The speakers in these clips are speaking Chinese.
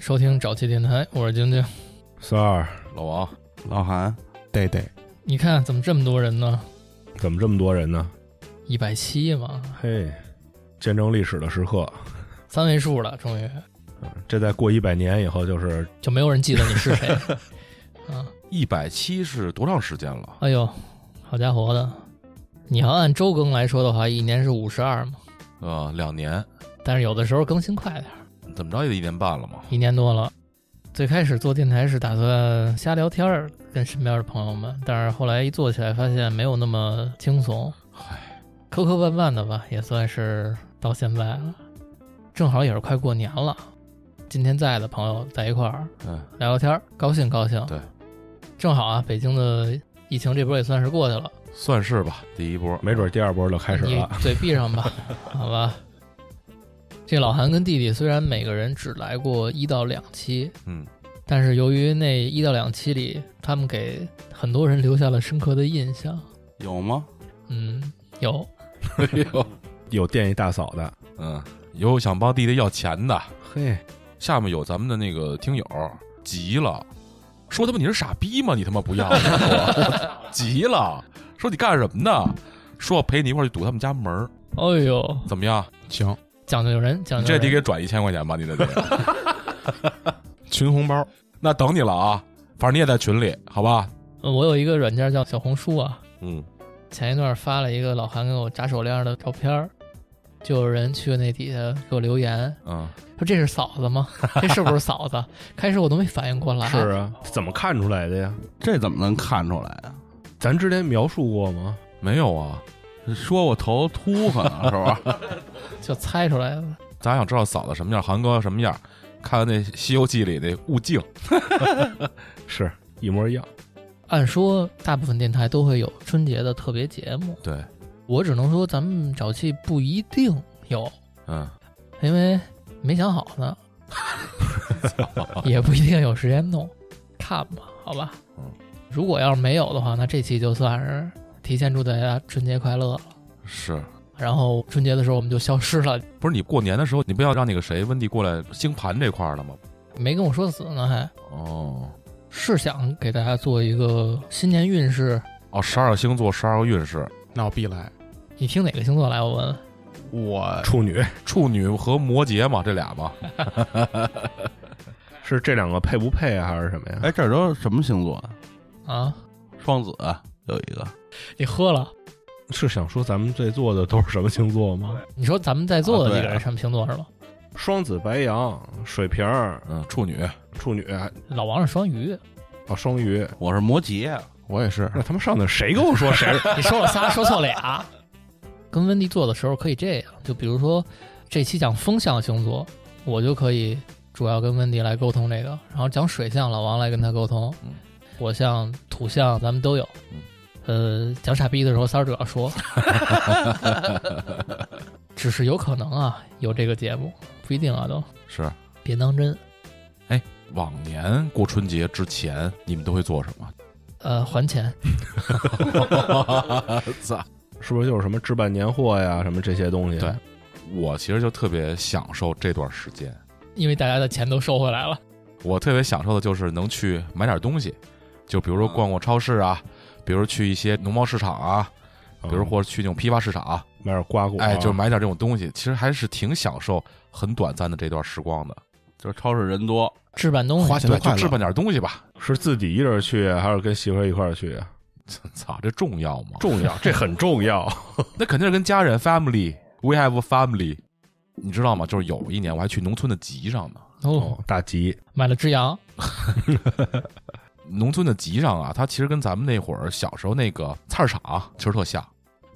收听沼气电台，我是晶晶。三儿、老王，老韩，对对，你看怎么这么多人呢？怎么这么多人呢？一百七嘛，嘿，见证历史的时刻，三位数了，终于这再过一百年以后就是就没有人记得你是谁啊！一百七是多长时间了？哎呦，好家伙的！你要按周更来说的话，一年是五十二嘛，呃，两年，但是有的时候更新快点儿，怎么着也得一年半了嘛。一年多了。最开始做电台是打算瞎聊天儿，跟身边的朋友们，但是后来一做起来，发现没有那么轻松，唉，磕磕绊绊的吧，也算是到现在了。正好也是快过年了，今天在的朋友在一块儿嗯，聊聊天儿，高兴高兴。对，正好啊，北京的疫情这波也算是过去了，算是吧，第一波。没准第二波就开始你了。嘴闭上 吧，好吧。这老韩跟弟弟虽然每个人只来过一到两期，嗯，但是由于那一到两期里，他们给很多人留下了深刻的印象。有 吗？嗯，有哎呦，有惦记大嫂的，嗯，有想帮弟弟要钱的，嘿，下面有咱们的那个听友急了，说他妈你是傻逼吗？你他妈不要， 我急了，说你干什么呢？说我陪你一块儿去堵他们家门儿，哎呦，怎么样？行，讲究人，讲你究这人。得给转一千块钱吧，你这得。 群红包，那等你了啊，反正你也在群里，好吧？呃我有一个软件叫小红书啊，嗯，前一段发了一个老韩给我扎手链的照片儿，就有人去那底下给我留言嗯，说这是嫂子 吗？这是不是嫂子？开始我都没反应过来，是啊，怎么看出来的呀？这怎么能看出来啊？咱之前描述过吗？没有啊，说我头秃可能是 吧？就猜出来了。咱想知道嫂子什么样，韩哥什么样，看看那《西游记》里那悟净，是一模一样。按说大部分电台都会有春节的特别节目，对，我只能说咱们沼气不一定有，嗯，因为没想好 呢，也不一定有时间弄，看吧，好吧嗯。如果要是没有的话，那这期就算是提前祝大家春节快乐了。是。然后春节的时候我们就消失了，不是你过年的时候，你不要让那个谁温蒂过来星盘这块儿了吗？没跟我说死呢，还哦是想给大家做一个新年运势。哦，十二个星座，十二个运势，那我必来。你听哪个星座来？我问问。我处女处女和摩羯嘛，这俩嘛，是这两个配不配啊，还是什么呀？哎，这都是什么星座啊？啊，双子有一个，你喝了？是想说咱们在座的都是什么星座吗？你说咱们在座的啊对几个人什么星座是吗？双子、白羊、水瓶、嗯，处女，处女，老王是双鱼，哦，双鱼。我是摩羯，啊我也是，那他妈上哪儿谁跟我说 谁？你说了仨，说错俩。跟温蒂做的时候可以这样，就比如说这期讲风象星座，我就可以主要跟温蒂来沟通这个，然后讲水象老王来跟他沟通嗯，火象、土象咱们都有。呃，讲傻逼的时候，三儿主要 说，只是有可能啊，有这个节目不一定啊，都是别当真。往年过春节之前，你们都会做什么？呃，还钱， 操！是不是就是什么置办年货呀，什么这些东西？对，我其实就特别享受这段时间，因为大家的钱都收回来了。我特别享受的就是能去买点东西，就比如说逛逛超市啊，嗯比如去一些农贸市场啊，嗯比如或者去那种批发市场啊，买点瓜果啊，嗯哎，就买点这种东西，其实还是挺享受很短暂的这段时光的。就是超市人多，置办东西花，钱哦对，的就快置乐。办点东西吧。是自己一人去，啊还是跟媳妇儿一块儿去？啊 操，这重要吗？重要，这很重要。那肯定是跟家人 family，we have a family，你知道吗？就是有一年我还去农村的集上呢，哦，，大吉，买了只羊，农村的集上啊，它其实跟咱们那会儿小时候那个菜市场其实特像，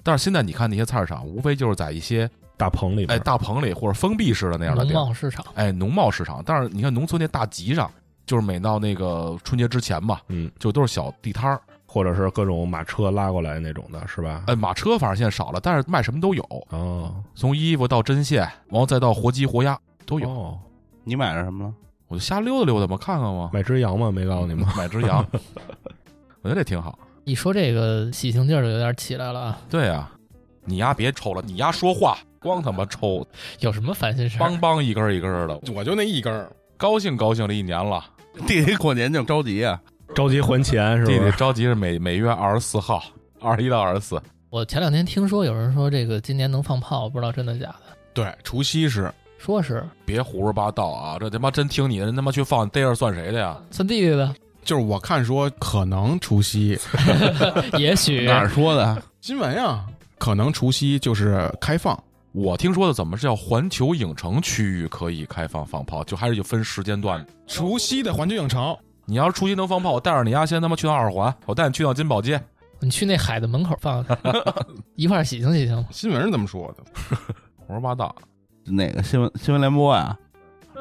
但是现在你看那些菜市场，无非就是在一些大棚里边，哎大棚里或者封闭式的那样的农店，贸市场。哎农贸市场。但是你看农村那大集上，就是每到那个春节之前吧，嗯，就都是小地摊儿，或者是各种马车拉过来那种的，是吧？哎马车反正现在少了，但是卖什么都有，哦，从衣服到针线，然后再到活鸡活鸭都有。哦，你买了什么了？ 我就瞎溜达溜达嘛，看看嘛，买只羊吗？没告诉你吗？买只 羊，我觉得这挺好。一说这个喜庆劲儿就有点起来了啊！对啊，你丫别抽了，你丫说话光他妈抽，有什么烦心事儿？梆梆一根儿一根儿的，我就那一根儿，高兴高兴这一年了，弟弟过年就着急啊，着急还钱是吧？弟弟着急是每每月二十四号，二十一到二十四，我前两天听说有人说这个今年能放炮，不知道真的假的，对，除夕是。说是别胡说八道啊！这他妈真听你的，人他妈去放逮着算谁的呀？算弟弟的，就是我看说可能除夕，也许哪儿说的？啊新闻呀，可能除夕就是开放，我听说的怎么是叫环球影城区域可以开放放炮，就还是有分时间段的。除夕的环球影城，你要是除夕能放炮，我带着你丫先他妈去趟二环，我带你去趟金宝街。你去那海的门口放，一块儿喜庆喜庆。新闻是这么说的。胡说八道！哪个新闻新闻联播啊？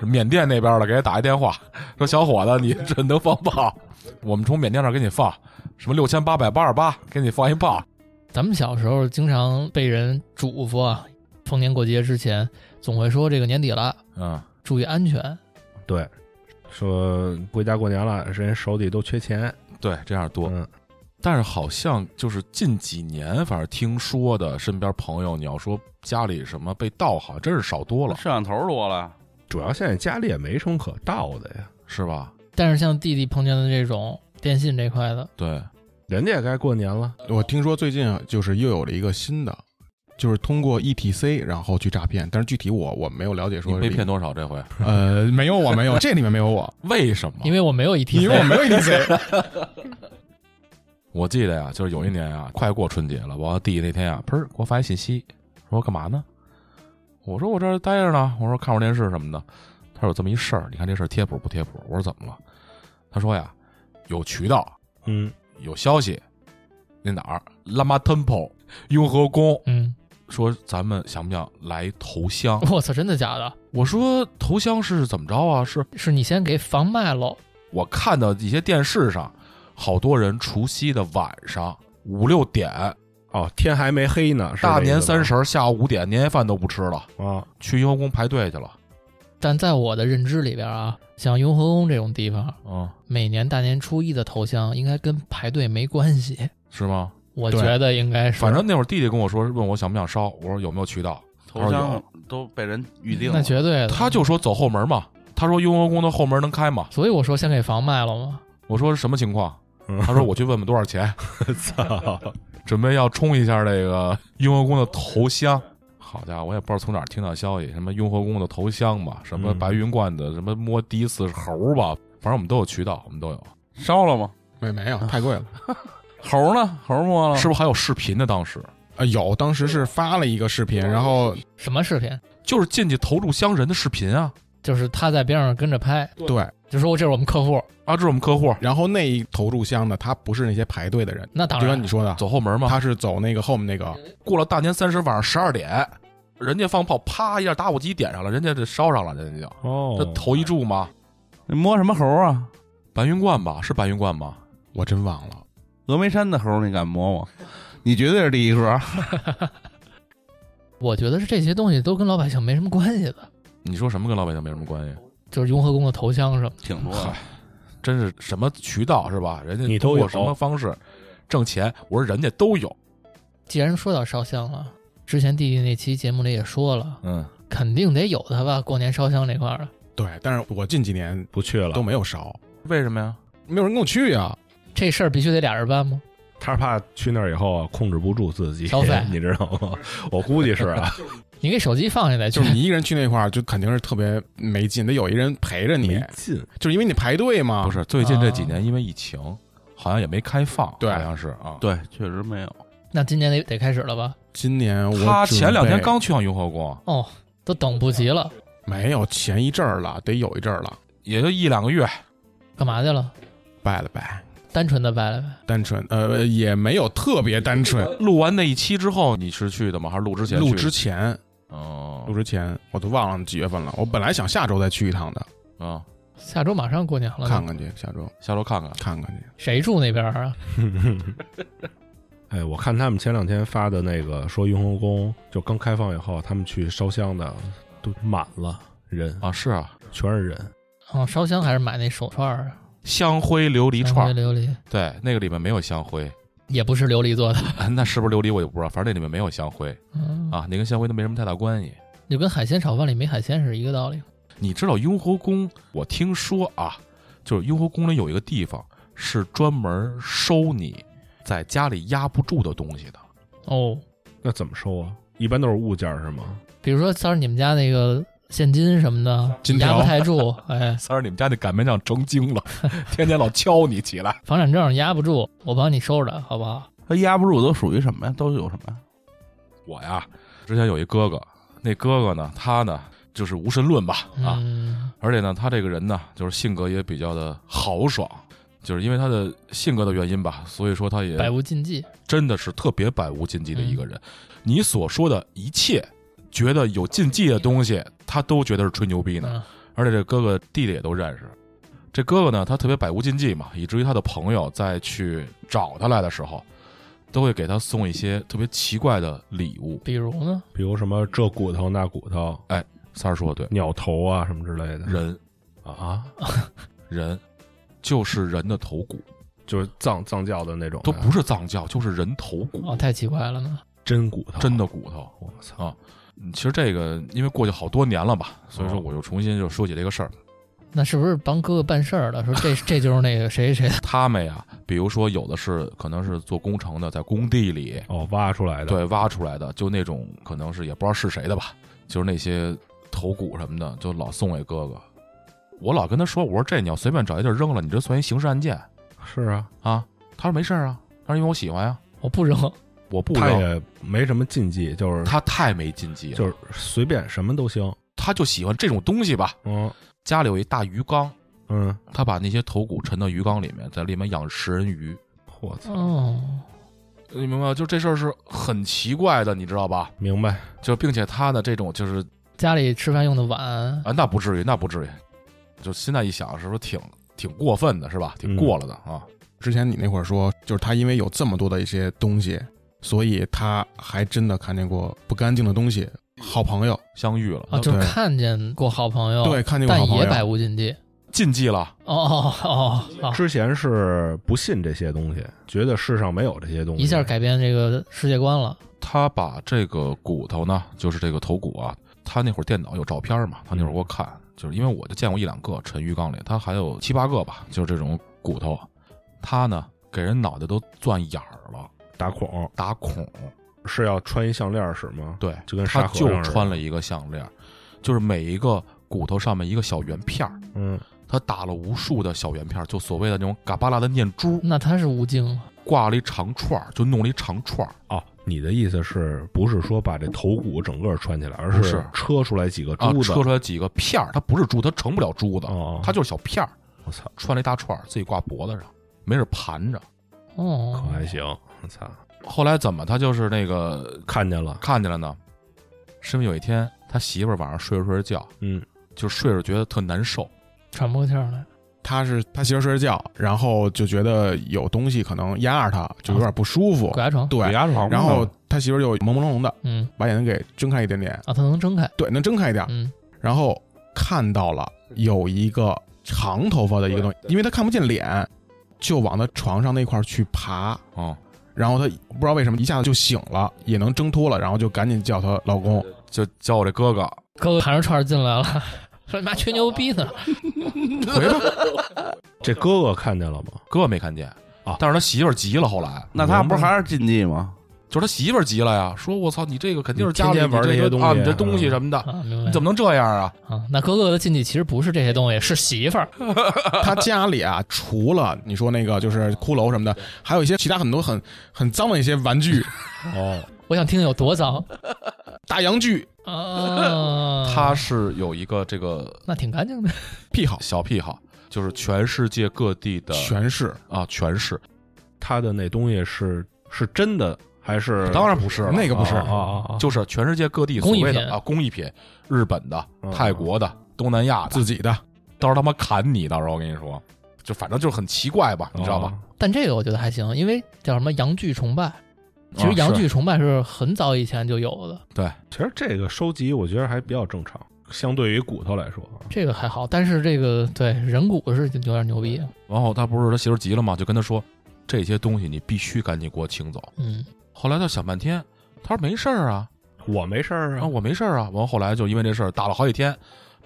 这 缅甸那边的给他打一电话，说小伙子，你这能放炮？ 我们从缅甸那儿给你放什么六千八百八十八，给你放一炮。咱们小时候经常被人嘱咐啊，逢年过节之前总会说这个年底了，嗯，注意安全。对，说回家过年了，人手里都缺钱，对，这样多。嗯，但是好像就是近几年，反正听说的，身边朋友，你要说家里什么被盗，好像真是少多了，摄像头多了，主要现在家里也没什么可倒的呀，是吧？但是像弟弟碰见的这种电信这块的，对，人家也该过年了，我听说最近啊就是又有了一个新的，就是通过 ETC 然后去诈骗，但是具体我我没有了解你说被骗多少这回？呃，没有我没有，这里面没有 我，为什么？因为我没有一因提，为我没有 E ETC，我记得呀，就是有一年啊，快过春节了，我弟弟那天呀，砰儿给我发一信息，说干嘛呢？我说我这儿待着呢，我说看会儿电视什么的。他说有这么一事儿，你看这事儿贴谱不贴谱？我说怎么了？他说呀，有渠道，嗯，有消息，那哪儿拉玛 temple 雍和宫嗯，说咱们想不想来投香？我操，真的假的？我说投香是怎么着啊？是是你先给房卖喽，我看到一些电视上，好多人除夕的晚上五六点哦，天还没黑呢，是大这意思年吧三十儿下午五点，年夜饭都不吃了，啊，去雍和宫排队去了。但在我的认知里边啊，像雍和宫这种地方，嗯，每年大年初一的头香应该跟排队没关系，是吗？我对觉得应该是。反正那会儿弟弟跟我说，问我想不想烧，我说有没有渠道，头像都被人预定了那。绝对的，他就说走后门嘛。他说雍和宫的后门能开吗？所以我说先给房卖了嘛。我说什么情况？嗯他说我去问问多少钱， 操，准备要冲一下这个雍和宫的头香。好家伙，我也不知道从哪儿听到消息，什么雍和宫的头香吧，什么嗯白云观的，什么摸第一次猴吧，反正我们都有渠道，我们都有。烧了吗？没没有，太贵了。猴呢？猴摸了吗？是不是还有视频呢？当时啊，有，当时是发了一个视频，然后什么视频？就是进去投入香人的视频啊。就是他在边上跟着拍，对，就说这是我们客户。啊，这是我们客户然后那一投入箱的他不是那些排队的人，那当就像然啊你，说的，走后门嘛。他是走那个后面那个，过了大年三十晚上十二点，人家放炮，啪一下打火机点上了，人家这烧上了，人家就 哦 这，头一柱吗？你摸什么猴啊？白云观吧，是白云观吗？我真忘了。峨眉山的猴你敢摸吗？你绝对是第一个。我觉得是这些东西都跟老百姓没什么关系的，你说什么跟老百姓没什么关系？就是雍和宫的头香什么的。挺多的嗨，真是什么渠道是吧？人家你通都有过什么方式挣钱？我说人家都有，既然说到烧香了，之前弟弟那期节目里也说了，嗯，肯定得有他吧，过年烧香这块儿的。对，但是我近几年不去了都，没有烧，为什么呀？没有人跟我去呀、这事儿必须得俩人办吗？他是怕去那儿以后啊控制不住自己消费， 你知道吗？我估计是啊，你给手机放下再去就是。你一个人去那块儿，就肯定是特别没劲，得有一人陪着你没，劲，就是因为你排队嘛。不，是最近这几年因为疫情，好像也没开放，对好像是啊。对，确实没有。那今年得得开始了吧？今年我他前两天准备刚去趟雍和宫，哦，都等不及了，没有前一阵儿了，得有一阵儿了，也就一两个月，干嘛去了？拜了拜，单纯的拜了拜。单纯呃也没有特别单纯。录完那一期之后，你是去的吗？还是录之前去的？录之前，哦，录之前我都忘了几月份了。我本来想下周再去一趟的，啊，下周马上过年了，看看去，下周下周看看。看看去。谁住那边儿啊？ 哎，我看他们前两天发的那个说雍和宫就刚开放以后，他们去烧香的都满了人，啊，是啊，全是人。哦，烧香还是买那手串儿啊？香灰琉璃串香儿，灰琉璃对，那个里面没有香灰， 也不是琉璃做的，那是不是琉璃我就不知道，反正那里面没有香灰啊嗯，啊，那跟香灰都没什么太大关系。就跟海鲜炒饭里没海鲜是一个道理。你知道雍和宫？我听说啊，就是雍和宫里有一个地方是专门收你在家里压不住的东西的。 哦，那怎么收啊？一般都是物件儿是吗？比如说三儿你们家那个现金什么的，金条压不太 住，哎，三儿，你们家那擀面杖成 精了，天天老敲你起来。房产证压不住，我帮你收拾的好不好？它压不住都属于什么呀？都有什么呀？我呀，之前有一哥哥，那哥哥呢，他呢就是无神论吧啊，嗯，而且呢，他这个人呢，就是性格也比较的豪爽，就是因为他的性格的原因吧，所以说他也百无嗯禁忌，真的是特别百无禁忌的一个人。你所说的一切，觉得有禁忌的东西，他都觉得是吹牛逼呢。嗯而且这哥哥弟弟也都认识。这哥哥呢，他特别百无禁忌嘛，以至于他的朋友在去找他来的时候，都会给他送一些特别奇怪的礼物。比如呢，比如什么这骨头那骨头、三儿说的对，鸟头啊什么之类的。人啊，人就是人的头骨，就是藏藏教的那种的，啊嗯都不是藏教，就是人头骨。哦，太奇怪了呢，真骨头，真的骨头。我操！啊，嗯其实这个因为过去好多年了吧，所以说哦我就重新就说起这个事儿。那是不是帮哥哥办事儿了？说 这这就是那个谁谁谁的，他们呀，比如说有的是可能是做工程的，在工地里哦，挖出来的，，对挖出来的，就那种可能是也不知道是谁的吧，就是那些头骨什么的，就老送给哥哥。我老跟他说，我说这你要随便找一地儿扔了，你这算一刑事案件是啊，啊。他说没事儿啊，他说因为我喜欢呀、我不扔，我不他扔。也没什么禁忌，就是他太没禁忌了，就是随便什么都行，他就喜欢这种东西吧。嗯家里有一大鱼缸，嗯，他把那些头骨沉到鱼缸里面，在里面养食人鱼。我操，哦，你明白吗？就这事儿是很奇怪的，你知道吧？明白，就并且他的这种就是家里吃饭用的碗，啊，那不至于，那不至于。就现在一想，是不是挺挺过分的，是吧？挺嗯过了的啊。之前你那会儿说，就是他因为有这么多的一些东西，所以他还真的看见过不干净的东西。好朋友，相遇了，啊，就是对看见过好朋友，对，看见过哦但好朋也百友，无禁忌。禁忌了，哦哦哦哦，之前是不信这些东西，觉得世上没有这些东西，一下改变这个世界观了。他把这个骨头呢，就是这个头骨啊，他那会儿电脑有照片嘛，他那会儿给我看，就是因为我就见过一两个沉鱼缸里，他还有七八个吧，就是这种骨头，他呢给人脑袋都钻眼儿了，打孔，打孔。是要穿一项链儿使吗？对，就跟他沙盒就上似的穿了一个项链儿，就是每一个骨头上面一个小圆片儿，嗯，他打了无数的小圆片儿，就所谓的那种嘎巴拉的念珠，那他是无精了，挂了一长串儿，就弄了一长串儿。哦，你的意思是不是说把这头骨整个穿起来，而不是是车出来几个啊，珠子？车出来几个片儿，它不是珠，它成不了珠的，哦，它就是小片儿，我操，穿了一大串儿，自己挂脖子上，没事盘着。可哦，还行，我操，后来怎么他就是那个看见了，看见了呢？是因为有一天他媳妇儿晚上睡着睡着觉，嗯，就睡着觉觉得特难受，喘不过气儿来。他是他媳妇睡着觉，然后就觉得有东西可能压着他，就有点不舒服哦鬼。压床，对，牙床然后他媳妇就朦朦胧胧的嗯把眼睛给睁开一点点，啊，他能睁开，对，能睁开一点，嗯，然后看到了有一个长头发的一个东西，因为他看不见脸，就往他床上那块儿去爬。嗯，然后他不知道为什么一下子就醒了，也能挣脱了，然后就赶紧叫她老 公。就叫我这哥哥哥哥盘着串儿进来了，说你妈吹牛逼呢，回吧，这哥哥看见了吗？哥没看见啊但是他媳妇儿急了，后来那他不是还是禁忌吗？就是他媳妇儿急了呀，说我操，你这个肯定是家你里天天玩这这些东西啊，你这东西嗯什么的，啊，明白？你怎么能这样啊？啊？那哥哥的禁忌其实不是这些东西，是媳妇儿，他家里啊，除了你说那个就是骷髅什么的，还有一些其他很多很很脏的一些玩 具，哦，我想听听有多脏大洋剧啊！嗯他是有一个这个那挺干净的，癖好小癖好，就是全世界各地的全是。啊，全是，他的那东西是是真的还是？当然不是了那个不是啊啊啊！就是全世界各地所工艺谓的品啊工艺品，日本的、嗯泰国的、东南亚的自，己的，到时候他妈砍你，到时候我跟你说，就反正就是很奇怪吧，你知啊道吧？但这个我觉得还行，因为叫什么洋剧崇拜，哦其啊实洋是剧崇拜是很早以前就有的，其实这个收集我觉得还比较正常，相对于骨头来说，这个还好，但是这个对人骨是有点牛逼，然后他不是他媳妇儿急了嘛，就跟他说这些东西你必须赶紧给我请走。嗯，后来他想半天，他说没事儿啊，啊我没事儿啊，我没事儿啊。完后来就因为这事儿打了好几天，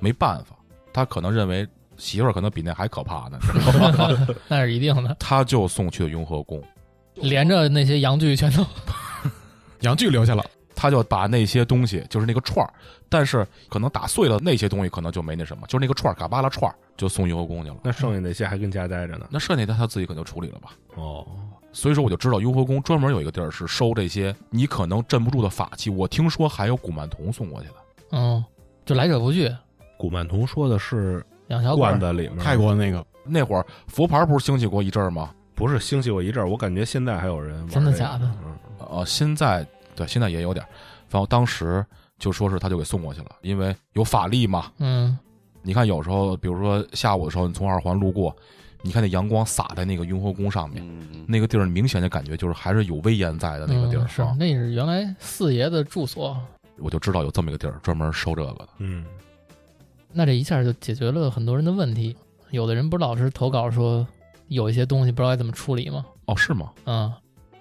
没办法，他可能认为媳妇儿可能比那还可怕呢， 你知道吗那是一定的，他就送去了雍和宫，连着那些洋剧全都杨剧留下了，他就把那些东西，就是那个串儿，但是可能打碎了那些东西，可能就没那什么，就是那个串儿，嘎巴拉串儿就送雍和宫去了。那剩下那些还跟家待着呢。那剩下的他自己可能就处理了吧。哦，所以说，我就知道雍和宫专门有一个地儿是收这些你可能镇不住的法器。我听说还有古曼童送过去的，嗯，就来者不拒，古曼童说的是养小鬼罐儿。子里面，泰国的那个那会儿佛牌不是兴起过一阵儿吗？不是兴起过一阵儿，我感觉现在还有人玩真的这个假的嗯，呃，现在对，现在也有点儿。反正当时就说是他就给送过去了，因为有法力嘛。嗯，你看有时候，比如说下午的时候，你从二环路过，你看那阳光洒在那个雍和宫上面，嗯，那个地儿明显的感觉就是还是有威严在的那个地儿、嗯是啊，那是原来四爷的住所。我就知道有这么一个地儿专门收这个的。嗯，那这一下就解决了很多人的问题。有的人不是老是投稿说有一些东西不知道该怎么处理吗？哦，是吗？嗯，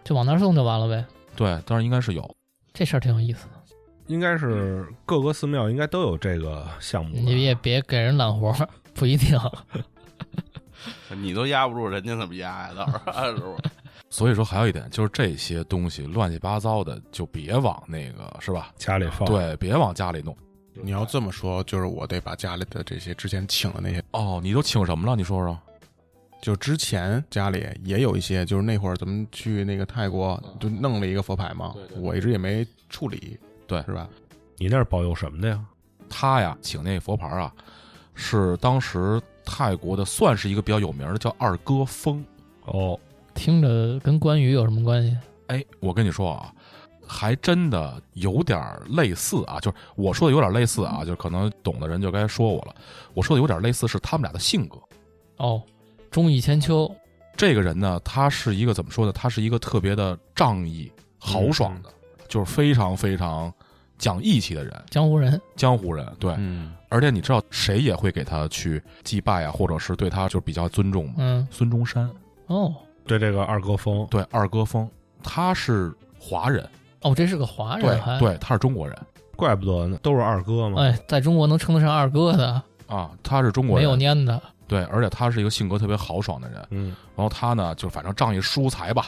就往那儿送就完了呗。对，当然应该是有。这事儿挺有意思的，应该是各个寺庙应该都有这个项目吧。你也别给人揽活儿，不一定。你都压不住人家，怎么压呀？到时候是不是所以说还有一点就是这些东西乱七八糟的，就别往那个是吧？家里放，对，别往家里弄。你要这么说，就是我得把家里的这些之前请的那些，哦，你都请什么了？你说说。就之前家里也有一些，就是那会儿咱们去那个泰国就弄了一个佛牌嘛，我一直也没处理，对是吧？你那儿保佑什么的呀？他呀，请那佛牌啊，是当时泰国的，算是一个比较有名的，叫二哥峰。哦，听着跟关羽有什么关系？哎，我跟你说啊，还真的有点儿类似啊，就是我说的有点儿类似啊，就是可能懂的人就该说我了。我说的有点儿类似是他们俩的性格。哦，忠义千秋，这个人呢，他是一个怎么说呢？他是一个特别的仗义、豪爽的，就是非常非常讲义气的人，江湖人。江湖人。对，嗯，而且你知道谁也会给他去祭拜啊，或者是对他就比较尊重嘛。嗯，孙中山，哦对这个二哥风，对二哥峰，他是华人，哦，这是个华人，对还，对，他是中国人怪不得呢，都是二哥嘛。哎，在中国能称得上二哥的，啊，他是中嗯国没有人，蔫的。对，而且他是一个性格特别豪爽的人。嗯，然后他呢，就反正仗义疏财吧，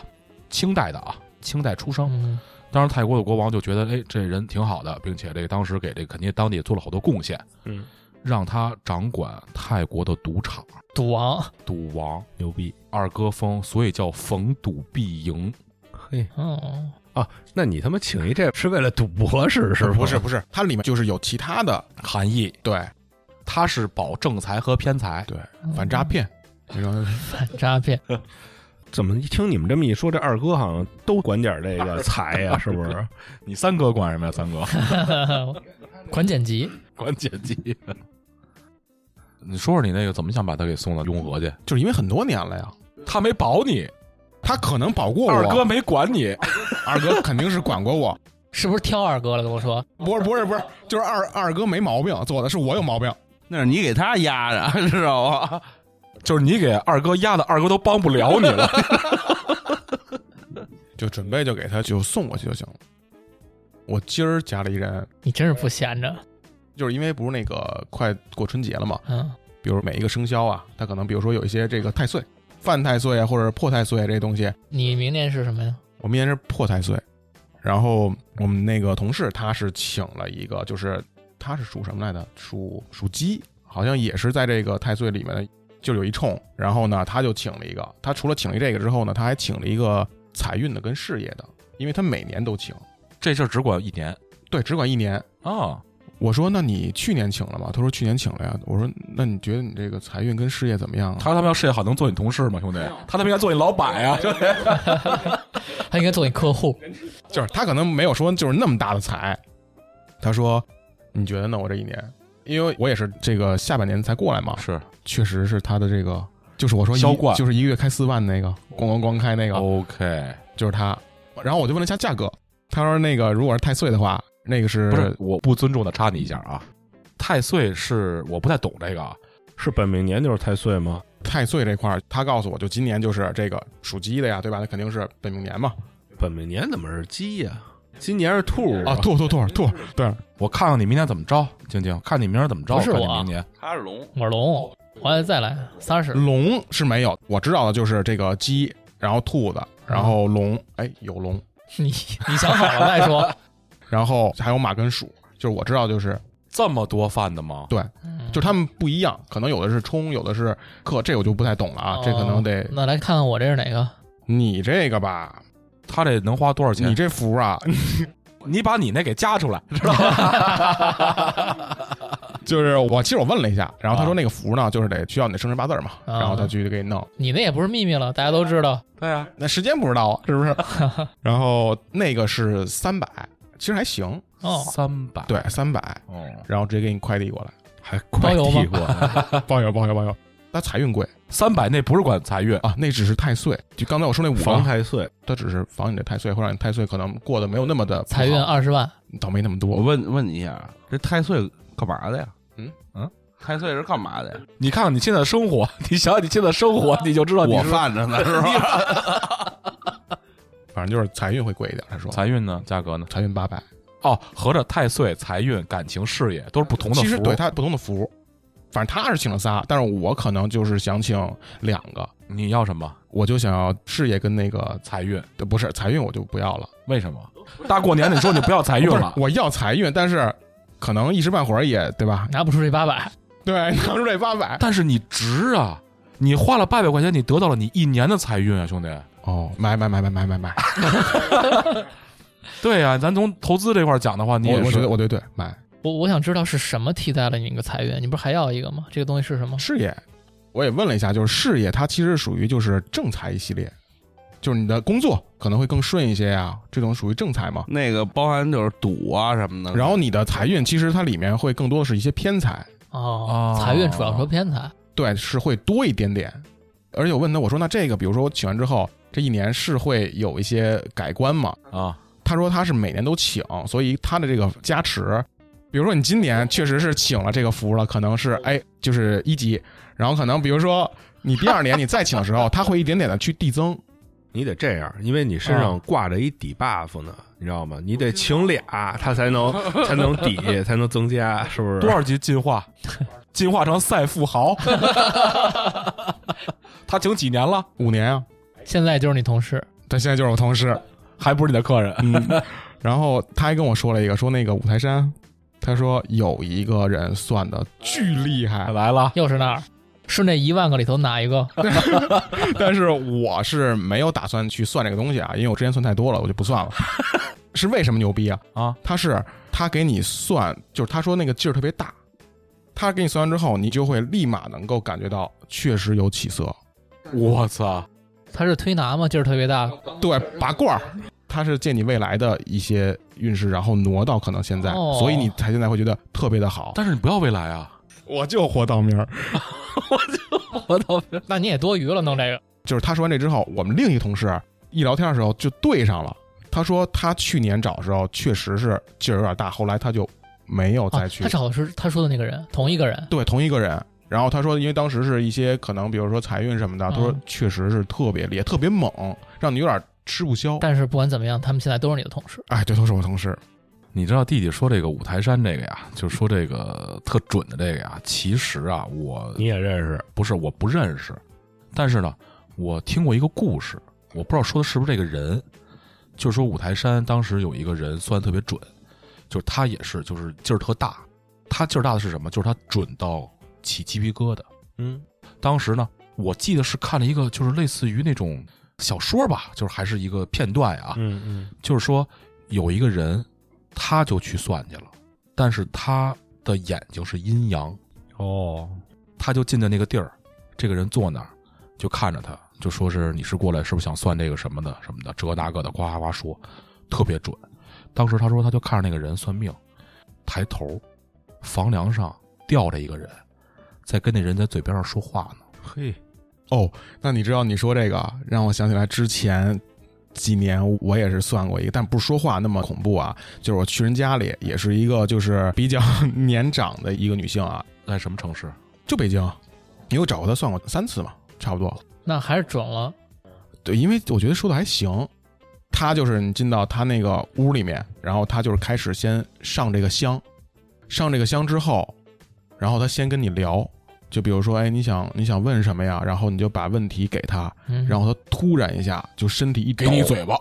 清代的啊，清代出生。嗯当时泰国的国王就觉得，哎，这人挺好的，并且这个当时给这个肯尼当地也做了好多贡献，嗯，让他掌管泰国的赌场，赌王，赌王牛逼。二哥峰，所以叫逢赌必赢。嘿，哦，那你他妈请一这是为了赌博是是吗不是？不是，它里面就是有其他的，含义，对他是保正财和偏财，对，反诈骗，你说嗯反诈骗， 怎么一听你们这么一说，这二哥好像都管点这个 财呀、是不是？你三哥管什么呀？三哥管剪辑。 管剪辑。你说说你那个怎么想把他给送到雍和去？就是因为很多年了呀，他没保你，他可能保过我，二哥没管你，二哥肯定是管过我，是不是挑二哥了？跟我说，不是不是不是，就是二二哥没毛病做的，是我有毛病。 那是你给他压着，知道吗？就是你给二哥压的，二哥都帮不了你了。就准备就给他就送过去就行了。我今儿家里人你真是不闲着。就是因为不是那个快过春节了嘛，嗯，比如每一个生肖啊，他可能比如说有一些这个太岁、犯太岁啊，或者破太岁啊这些东西，你明年是什么呀？我们也是破太岁。然后我们那个同事他是请了一个，就是他是属什么来的？属属鸡，好像也是在这个太岁里面的，就有一冲。然后呢，他就请了一个，他除了请了这个之后呢，他还请了一个财运的跟事业的，因为他每年都请， 这事儿只管一年对，只管一年。啊，我说：“那你去年请了吗？”他说：“去年请了呀。”我说：“那你觉得你这个财运跟事业怎么样、啊？”他他妈要事业好能做你同事吗，兄弟？他他妈应该做你老板呀， 兄弟。他应该做你客户。就是他可能没有说就是那么大的财。他说：“你觉得呢？我这一年，因为我也是这个下半年才过来嘛，是确实是他的这个，就是我说一销冠哦就是一个月开四万那个，咣咣咣开那个， OK，就是他。然后我就问了一下价格，他说那个如果是太岁的话，那个是不是我不尊重的插你一下啊。太岁是我不太懂这个啊，是本命年就是太岁吗？太岁这块儿，他告诉我就今年就是这个属鸡的呀，对吧？那肯定是本命年嘛。”本命年怎么是鸡呀、今年是兔哦啊，兔兔兔兔，对，我看看你明年怎么着，晶晶，看你明儿怎么着，不是看你我明年他是龙，我是龙，我还得再来仨是龙是没有，我知道的就是这个鸡，然后兔子，然后龙，哎，有龙，你你想好了再说。然后还有马跟鼠，就是我知道就是这么多饭的吗？对，嗯就是他们不一样，可能有的是冲，有的是克，这我就不太懂了啊，这可能得哦那来看看我这是哪个？你这个吧，他这能花多少钱？你这福啊， 你把你那给加出来，就是我其实我问了一下，然后他说啊那个符呢，就是得需要你的生辰八字嘛，啊然后他去给你弄。你那也不是秘密了，大家都知道。对啊，那时间不知道啊，是 不是？然后那个是三百，其实还行，哦，三百，对，三百，哦，然后直接给你快递过来，还快包邮递吗过来，啊包邮包邮包邮。那财运贵三百那不是管财运，啊，那只是太岁，就刚才我说那五防个，太岁。它只是防你的太岁，会让你太岁可能过得没有那么的不好财运二十万，倒没那么我多。问问你一下，这太岁干嘛的呀？嗯嗯，太岁是干嘛的呀？你看看你现在生活， 你想想你现在生 活，你就知道你我是犯着呢，是吧？反正就是财运会贵一点，他说财运呢，价格呢？财运八百，哦，合着太岁、财运、感情、事业都是不同的其实福对他不同的福，反正他是请了仨，但是我可能就是想请两个，你要什么？我就想要事业跟那个财运？呃不是财运，我就不要了。为什 么？大过年的你说你不要财运不是了，我要财运，但是可能一时半会儿也对吧？ 拿不出这八百。对，拿出这八百但是你值啊！你花了八百块钱，你得到了你一年的财运啊，兄弟。哦，买买买买买买买，对呀、咱从投资这块儿讲的话， 你我也我是觉得我对对买我我想知道是什么替代了你那个财运？你不是还要一个吗？这个东西是什么？事业，我也问了一下，就是事业它其实属于就是正财一系列，就是你的工作可能会更顺一些呀、这种属于正财嘛。那个包含就是赌啊什么的，然后你的财运其实它里面会更多的是一些偏财，哦哦，财运主要说偏财。对，是会多一点点。而且我问他，我说那这个，比如说我请完之后，这一年是会有一些改观吗？啊，他说他是每年都请，所以他的这个加持，比如说你今年确实是请了这个福了，可能是哎就是一级，然后可能比如说你第二年你再请的时候，他会一点点的去递增。你得这样，因为你身上挂着一底 buff 呢，你知道吗？你得请俩，他才 能才能抵，才能增加，是不是？多少级进 化？进化成赛富豪？他请几年了？五年啊，现在就是你同事，他现在就是我同事，还不是你的客人？ 然后他还跟我说了一个，说那个五台山，他说有一个人算的巨厉害， 来了，又是那儿，是那一万个里头哪一个？但是我是没有打算去算这个东西啊，因为我之前算太多了，我就不 算了。是为什么牛逼啊？啊，他是他给你算，就是他说那个劲儿特别大，他给你算完之后，你就会立马能够感觉到确实有起色。我操！他是推拿吗？劲儿特别大。对，拔罐儿，他是借你未来的一些运势，然后挪到可能现在，哦所以你才现在会觉得特别的好。但是你不要未来啊！我就活到明儿，我操！那你也多余了，弄这个。啊就是他说完这之后，我们另一同事一聊天的时候就对上了。他说他去年找的时候确实是劲儿有点大，后来他就没有再啊去。他找的是他说的那个人，同一个人。对，同一个人。然后他说，因为当时是一些可能，比如说财运什么的，他说嗯确实是特别厉害，特别猛，让你有点吃不消。但是不管怎么样，他们现在都是你的同事。哎，对，都是我同事。你知道弟弟说这个五台山这个呀，就是说这个特准的这个呀，其实啊，我你也认识？不是我不认识，但是呢，我听过一个故事，我不知道说的是不是这个人，就是说五台山当时有一个人算得特别准，就是他也是就是劲儿特大，他劲儿大的是什么？就是他准到起鸡皮疙瘩。嗯，当时呢，我记得是看了一个就是类似于那种小说吧，就是还是一个片段啊，嗯嗯，就是说有一个人，他就去算去了，但是他的眼睛是阴阳，哦，他就进的那个地儿，这个人坐那儿就看着他，就说是你是过来是不是想算这个什么的什么的，这个那个的，呱呱呱说，特别准。当时他说他就看着那个人算命，抬头，房梁上吊着一个人，在跟那人在嘴边上说话呢。嘿，哦，那你知道你说这个让我想起来之前几年我也是算过一个，但不是说话那么恐怖啊，就是我去人家里，也是一个就是比较 年长的一个女性啊，在什么城市？就北京，因为我找过她算过三次嘛，差不多。那还是准了。对，因为我觉得说的还行。他就是你进到他那个屋里面，然后他就是开始先上这个香，上这个香之后，然后他先跟你聊，就比如说，哎，你想你想问什么呀？然后你就把问题给他，嗯，然后他突然一下就身体一抖，嘴巴，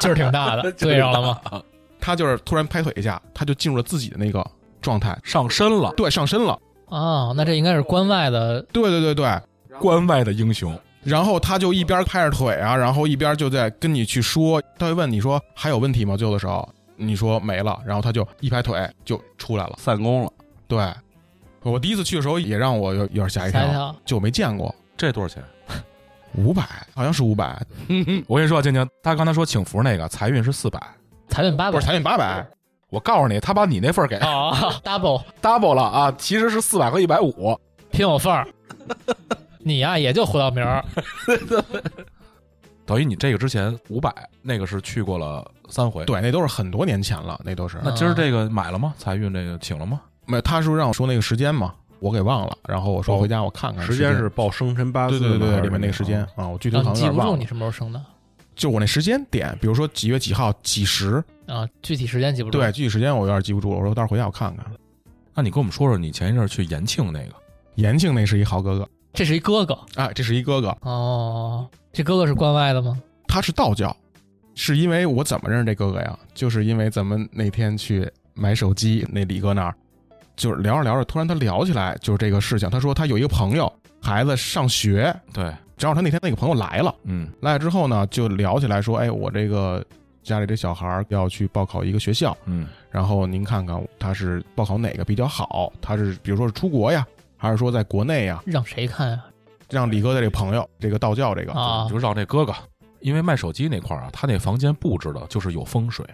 劲儿挺大 的，对上了吗？他就是突然拍腿一下，他就进入了自己的那个状态，上身了，对，上身了，哦，那这应该是关外的，对对对对。 关外的英雄，然后他就一边拍着腿啊，然后一边就在跟你去说，他会问你说还有问题吗？最后的时候你说没了，然后他就一拍腿就出来了。散工了，对，我第一次去的时候也让我有有点吓一猜跳，跳就我没见过这多少钱？五百，好像是五百，我跟你说，静静，他刚才说请服那个财运是四百，财运八不百是，才运八百，我告诉你，他把你那份儿给哦，double double 了啊，其实是四百和一百五。拼我份 儿，你呀、也就胡道明儿，等于你这个之前五百，那个是去过了三回。，对，那都是很多年前了，那都是。那今儿这个买了吗？财运这个请了吗？没有，他是不是让我说那个时间嘛，我给忘了。然后我说哦回家我看看时间间是报生辰八字对对对吗对还对是里面那个时间啊啊，我具体让好你像记有点不住忘你了。什么时候生的就我那时间点，比如说几月几号几时，啊，具体时间记不住。对，具体时间我有点记不住了。我说到时候回家我看啊看。那你跟我们说说你前一阵儿去延庆那个，延庆那是一好哥哥，这是一哥哥啊，这是一哥哥，哦，这哥哥是关外的吗？他是道教，是因为我怎么认识这哥哥呀？就是因为咱们那天去买手机，那李哥那儿，就是聊着聊着，突然他聊起来就是这个事情。他说他有一个朋友，孩子上学，对，正好他那天那个朋友来了，嗯，来了之后呢，就聊起来说，哎，我这个家里这小孩儿要去报考一个学校，嗯，然后您看看他是报考哪个比较好？他是比如说是出国呀，还是说在国内呀？让谁看呀、让李哥的这个朋友，这个道教这个，啊？你就让这哥哥，因为卖手机那块儿啊，他那房间布置的就是有风水，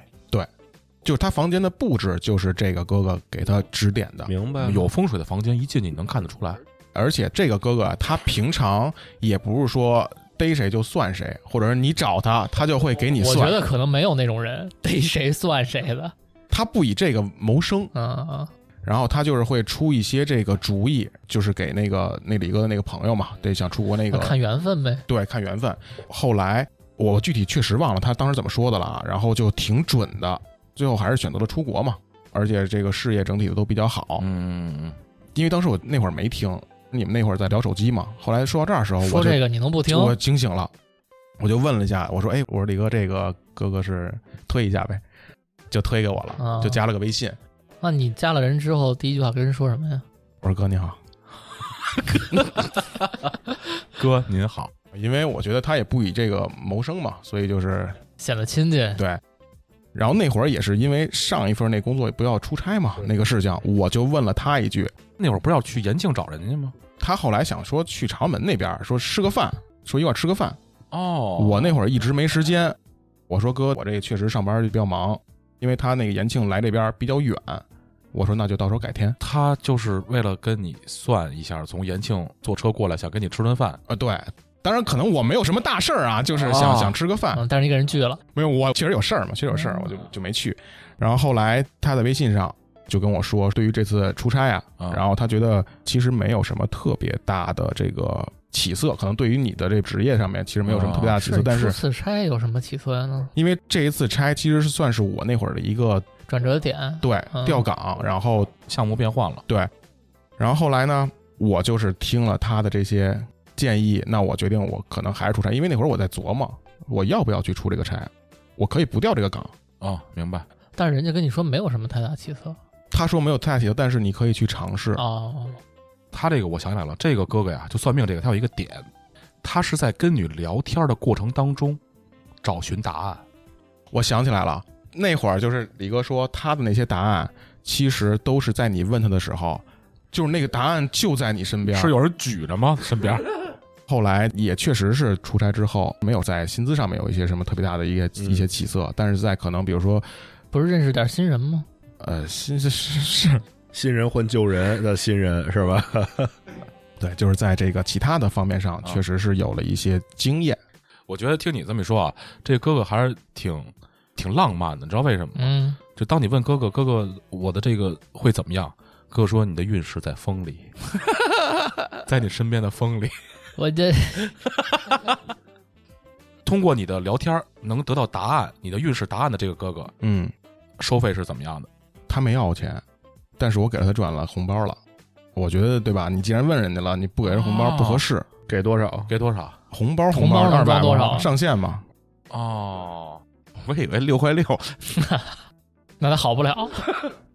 就是他房间的布置，就是这个哥哥给他指点的。明白了有风水的房间一进去你能看得出来。而且这个哥哥啊他平常也不是说逮谁就算谁，或者是你找他，他就会给你我觉算。得可能没有那种人 逮谁算谁的，他不以这个谋生，嗯嗯然后他就是会出一些这个主意，就是给那个那李哥的那个朋友嘛，对，想出国那那个看缘分呗。对，看缘分。后来我具体确实忘了他当时怎么说的了啊，然后就挺准的，最后还是选择了出国嘛，而且这个事业整体的都比较好，嗯嗯因为当时我那会儿没听，你们那会儿在聊手机嘛。后来说到这儿的时候，说啊我就这个你能不听？我惊醒了，我就问了一下，我说：“哎，我说李哥，这个哥哥是推一下呗？”就推给我了，啊就加了个微信。那你加了人之后，第一句话跟人说什么呀？我说：“哥你好。嗯，哥您好，”因为我觉得他也不以这个谋生嘛，所以就是显得亲近。对。然后那会儿也是因为上一份那工作不要出差嘛，那个事情，我就问了他一句，那会儿不是要去延庆找人家吗？他后来想说去朝阳门那边儿说吃个饭，说一块儿吃个饭。哦，我那会儿一直没时间，我说哥，我这确实上班比较忙，因为他那个延庆来这边儿比较远，我说那就到时候改天。他就是为了跟你算一下，从延庆坐车过来，想跟你吃顿饭。啊，对，当然可能我没有什么大事儿啊，就是想、啊想吃个饭，嗯，但是你给人拒了。没有我确实有事儿嘛，确实有事儿嗯，我就就没去。然后后来他在微信上就跟我说，对于这次出差啊，嗯啊然后他觉得其实没有什么特别大的这个起色，可能对于你的这职业上面其实没有什么特别大的起色，你但出啊是次差有什么起色呢？因为这一次差其实是算是我那会儿的一个转折点。对嗯调岗，然后项目变换了，然后后来呢，我就是听了他的这些建议，那我决定我可能还是出差，因为那会儿我在琢磨我要不要去出这个差，我可以不调这个岗。哦，明白。但是人家跟你说没有什么太大起色。他说没有太大起色，但是你可以去尝试。哦，他这个我想起来了，这个哥哥呀，就算命这个，他有一个点，他是在跟你聊天的过程当中找寻答案。我想起来了，那会儿就是李哥说他的那些答案，其实都是在你问他的时候，就是那个答案就在你身边。是有人举着吗？身边后来也确实是出差之后，没有在薪资上面有一些什么特别大的一些、嗯一些起色，但是在可能比如说不是认识点新人吗？呃薪是是是，新人换旧人的新人是 吧？对，就是在这个其他的方面上，确实是有了一些经验。 我觉得听你这么一说啊，这哥哥还是挺挺浪漫的，你知道为什么吗？嗯，就当你问哥哥，哥哥我的这个会怎么样？哥哥说你的运势在风 里，在你身边的风里。我这通过你的聊天儿能得到答案，你的运势答案的这个哥哥嗯，收费是怎么样的？他没要我钱，但是我给了他转了红包了。我觉得对吧？你既然问人家了，你不给人红包哦不合适。给多少？给多少？红包红包包能二装百多少上限嘛？哦，我以为六块六。 那他好不了。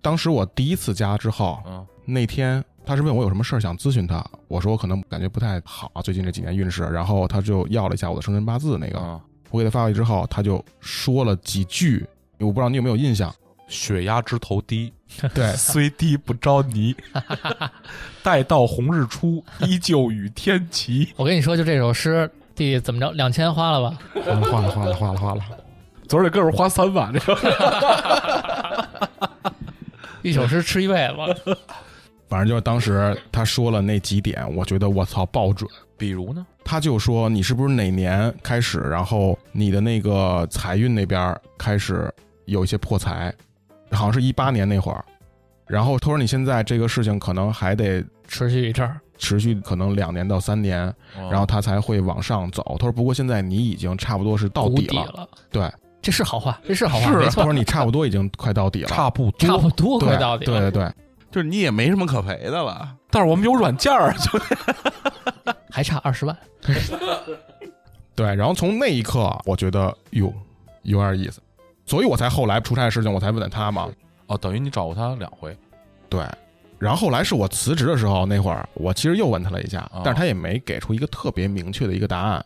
当时我第一次加之后，嗯那天他是问我有什么事儿想咨询他，我说我可能感觉不太好，啊最近这几年运势，然后他就要了一下我的生辰八字那个，嗯，我给他发过去之后，他就说了几句，我不知道你有没有印象，血压之头 低，对虽低不着 泥。待到红日出，依旧与天齐。我跟你说，就这首诗，弟弟怎么着，两千花了吧？哗啦哗啦哗啦哗啦哗啦，昨儿这哥们儿花三万，这个一首诗吃一辈子。反正就是当时他说了那几点，我觉得我操爆准。比如呢？他就说你是不是哪年开始，然后你的那个财运那边儿开始有一些破财，好像是一八年那会儿。然后他说你现在这个事情可能还得持续一阵儿，持续可能两年到三年，哦然后他才会往上走。他说不过现在你已经差不多是 到谷底底了，了。对，这是好话，这是好话，是没他错说，你差不多已经快到底了， 差不多，差不多对快到底对了，对对，就是你也没什么可赔的了。但是我们有软件儿，就还差二十万。对，然后从那一刻，我觉得哟，有点意思，所以我才后来出差的事情，我才问的他嘛。哦，等于你找过他两回对，然后后来是我辞职的时候，那会儿我其实又问他了一下哦，但是他也没给出一个特别明确的一个答案。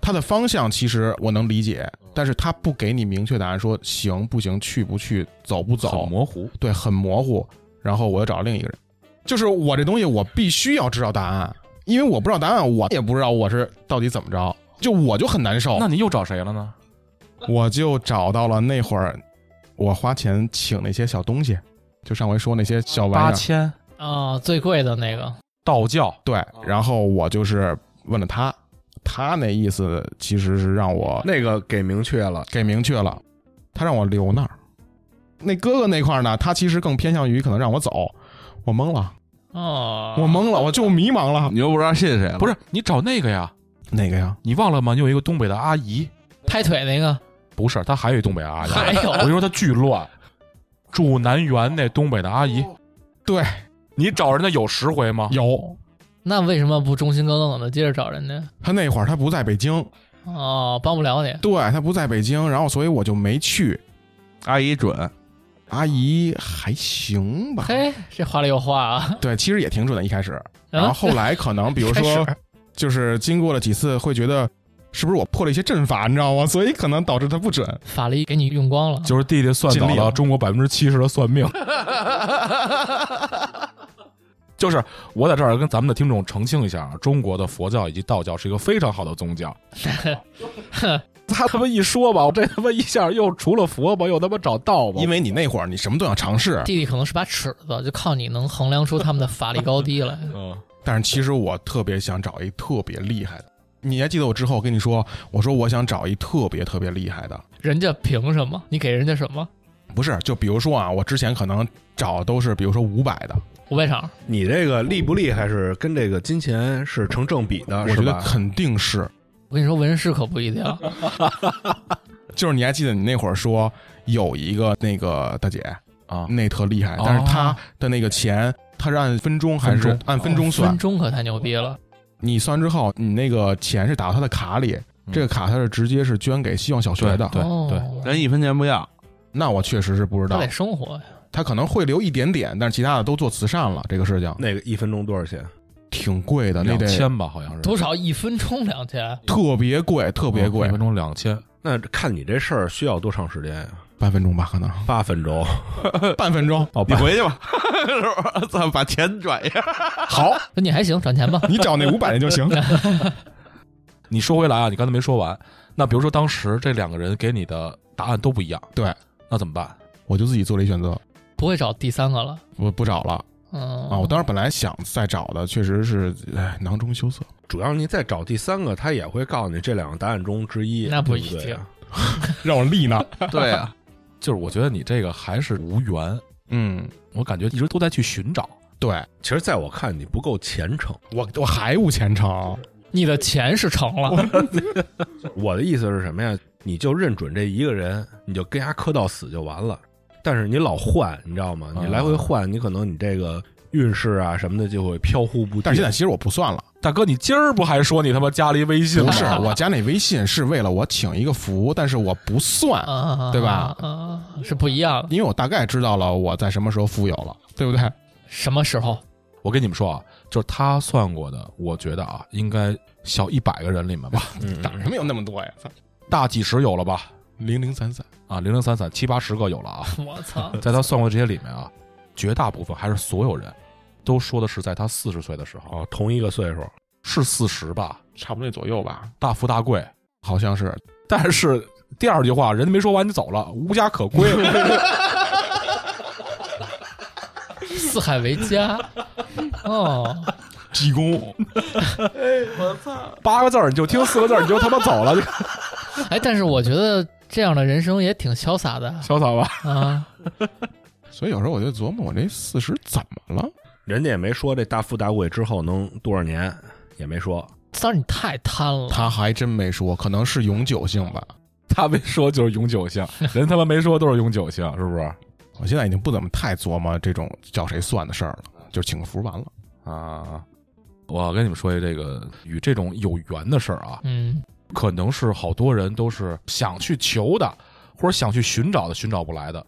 他的方向其实我能理解，哦但是他不给你明确答案，说行不行，去不去，走不走很，模糊。对，很模糊。然后我又找了另一个人，就是我这东西我必须要知道答案，因为我不知道答案，我也不知道我是到底怎么着，就我就很难受。那你又找谁了呢？我就找到了那会儿我花钱请那些小东西，就上回说那些小玩八意儿，千啊、最贵的那个，道教对，然后我就是问了他，他那意思其实是让我那个给明确了，给明确了，他让我留那儿。那哥哥那块儿呢，他其实更偏向于可能让我走，我懵了，哦，我懵了，我就迷茫了。你又不知道信谁了，不是你找那个呀？哪个呀？你忘了吗？你有一个东北的阿姨，拍腿那个，不是，她还有一东北哎阿 姨。还有我跟你说，她巨乱，住南园那东北的阿姨，对，你找人家有十回吗？ 有那为什么不忠心耿耿的接着找人家？他那会儿他不在北京，哦，帮不 了你，对他不在北京，然后所以我就没去。阿姨准，阿姨还行吧，嘿，这话里有话啊。对，其实也挺准的，一开始。然后啊，后来可能比 如开说始，就是经过了几次，会觉得是不是我破了一些阵法，你知道吗？所以可能导致它不准。法力给你用光了，就是弟弟算尽到力了了中国百分之七十的算 命。就是我在这儿跟咱们的听众澄清一下啊，中国的佛教以及道教是一个非常好的宗教。他他妈一说吧，我这他妈一下又除了佛吧，又他妈找道吧因，为你那会儿你什么都想尝试， 弟弟可能是把尺子，就靠你能衡量出他们的法力高低来。嗯，但是其实我特别想找一特别厉害的。你还记得我之后跟你说，我说我想找一特别特别厉害的，人家凭什么？你给人家什么？不是？就比如说啊，我之前可能找都是比如说五百的，五百场你这个厉不厉害是跟这个金钱是成正比啊的，我是觉得吧？肯定是。我跟你说，纹饰可不一定。啊就是你还记得你那会儿说有一个那个大姐啊那特厉害哦，但是她的那个钱，她是按分钟还分是钟按分钟哦算分？钟可太牛逼了。你算之后，你那个钱是打到她的卡里，嗯这个卡她是直接是捐给希望小学的。对哦，人一分钱不要，那我确实是不知他道得，生活呀。她可能会留一点点，但是其他的都做慈善了。这个事情那个一分钟多少钱？挺贵的，那两得千吧，好像是多少一分钟两千？特别贵，特特别贵一，分钟两千。那看你这事儿需要多长时间呀、 半分钟吧，可能八分钟半分钟。哦，你半回去吧， 是吧？咱们把钱转一 下。好，。说你还行，转钱吧你找那五百的就行。 你说回来啊，你刚才没说完。那比如说当时这两个人给你的答案都不一样，对，那怎么办？我就自己做了一选择，不会找第三个了。我不找了嗯啊。我当时本来想再找的，确实是哎囊中羞 涩。主要你再找第三个，他也会告诉你这两个答案中之一，那不不一定对啊让我立呢。对啊，就是我觉得你这个还是无缘，嗯，我感觉一直都在去寻找。 对其实，在我看你不够虔诚，我我还无前程，你的钱是成了，我的意思是什么呀？你就认准这一个人，你就跟他磕到死就完了。但是你老换，你知道吗？你来回换，你可能你这个运势啊什么的就会飘忽不定。但是现在其实我不算 了，大哥，你今儿不还说你他妈加了一微信吗？不是 我加那微信是为了我请一个服，但是我不算，啊对吧？啊，是不一样。因为我大概知道了我在什么时候富有了，对不对？什么时候？我跟你们说啊，就是他算过的，我觉得啊，应该小一百个人里面吧，嗯哪儿他妈有那么多呀？大几十有了吧？零零散散，啊，零零散散七八十个有了啊，我 操！在他算过这些里面啊，绝大部分还是所有人都说的是在他四十岁的时候，哦，同一个岁数，是四十吧，差不多那左右吧，大富大贵。好像是。但是第二句话人家没说完就走了，无家可归。四海为家。哦，济公，我操，八个字儿你就听四个字儿你就他妈走了，就哎，但是我觉得这样的人生也挺潇洒的潇洒吧。啊。所以有时候我就琢磨，我这四十怎么了？人家也没说这大富大贵之后能多少年，也没说。但是你太贪了，他还真没说，可能是永久性吧。他没说就是永久性，人他妈没说都是永久性，是不是？我现在已经不怎么太琢磨这种叫谁算的事儿了，就请个福完了。啊，我跟你们说一这个与这种有缘的事儿啊，嗯，可能是好多人都是想去求的，或者想去寻找的，寻找不来的。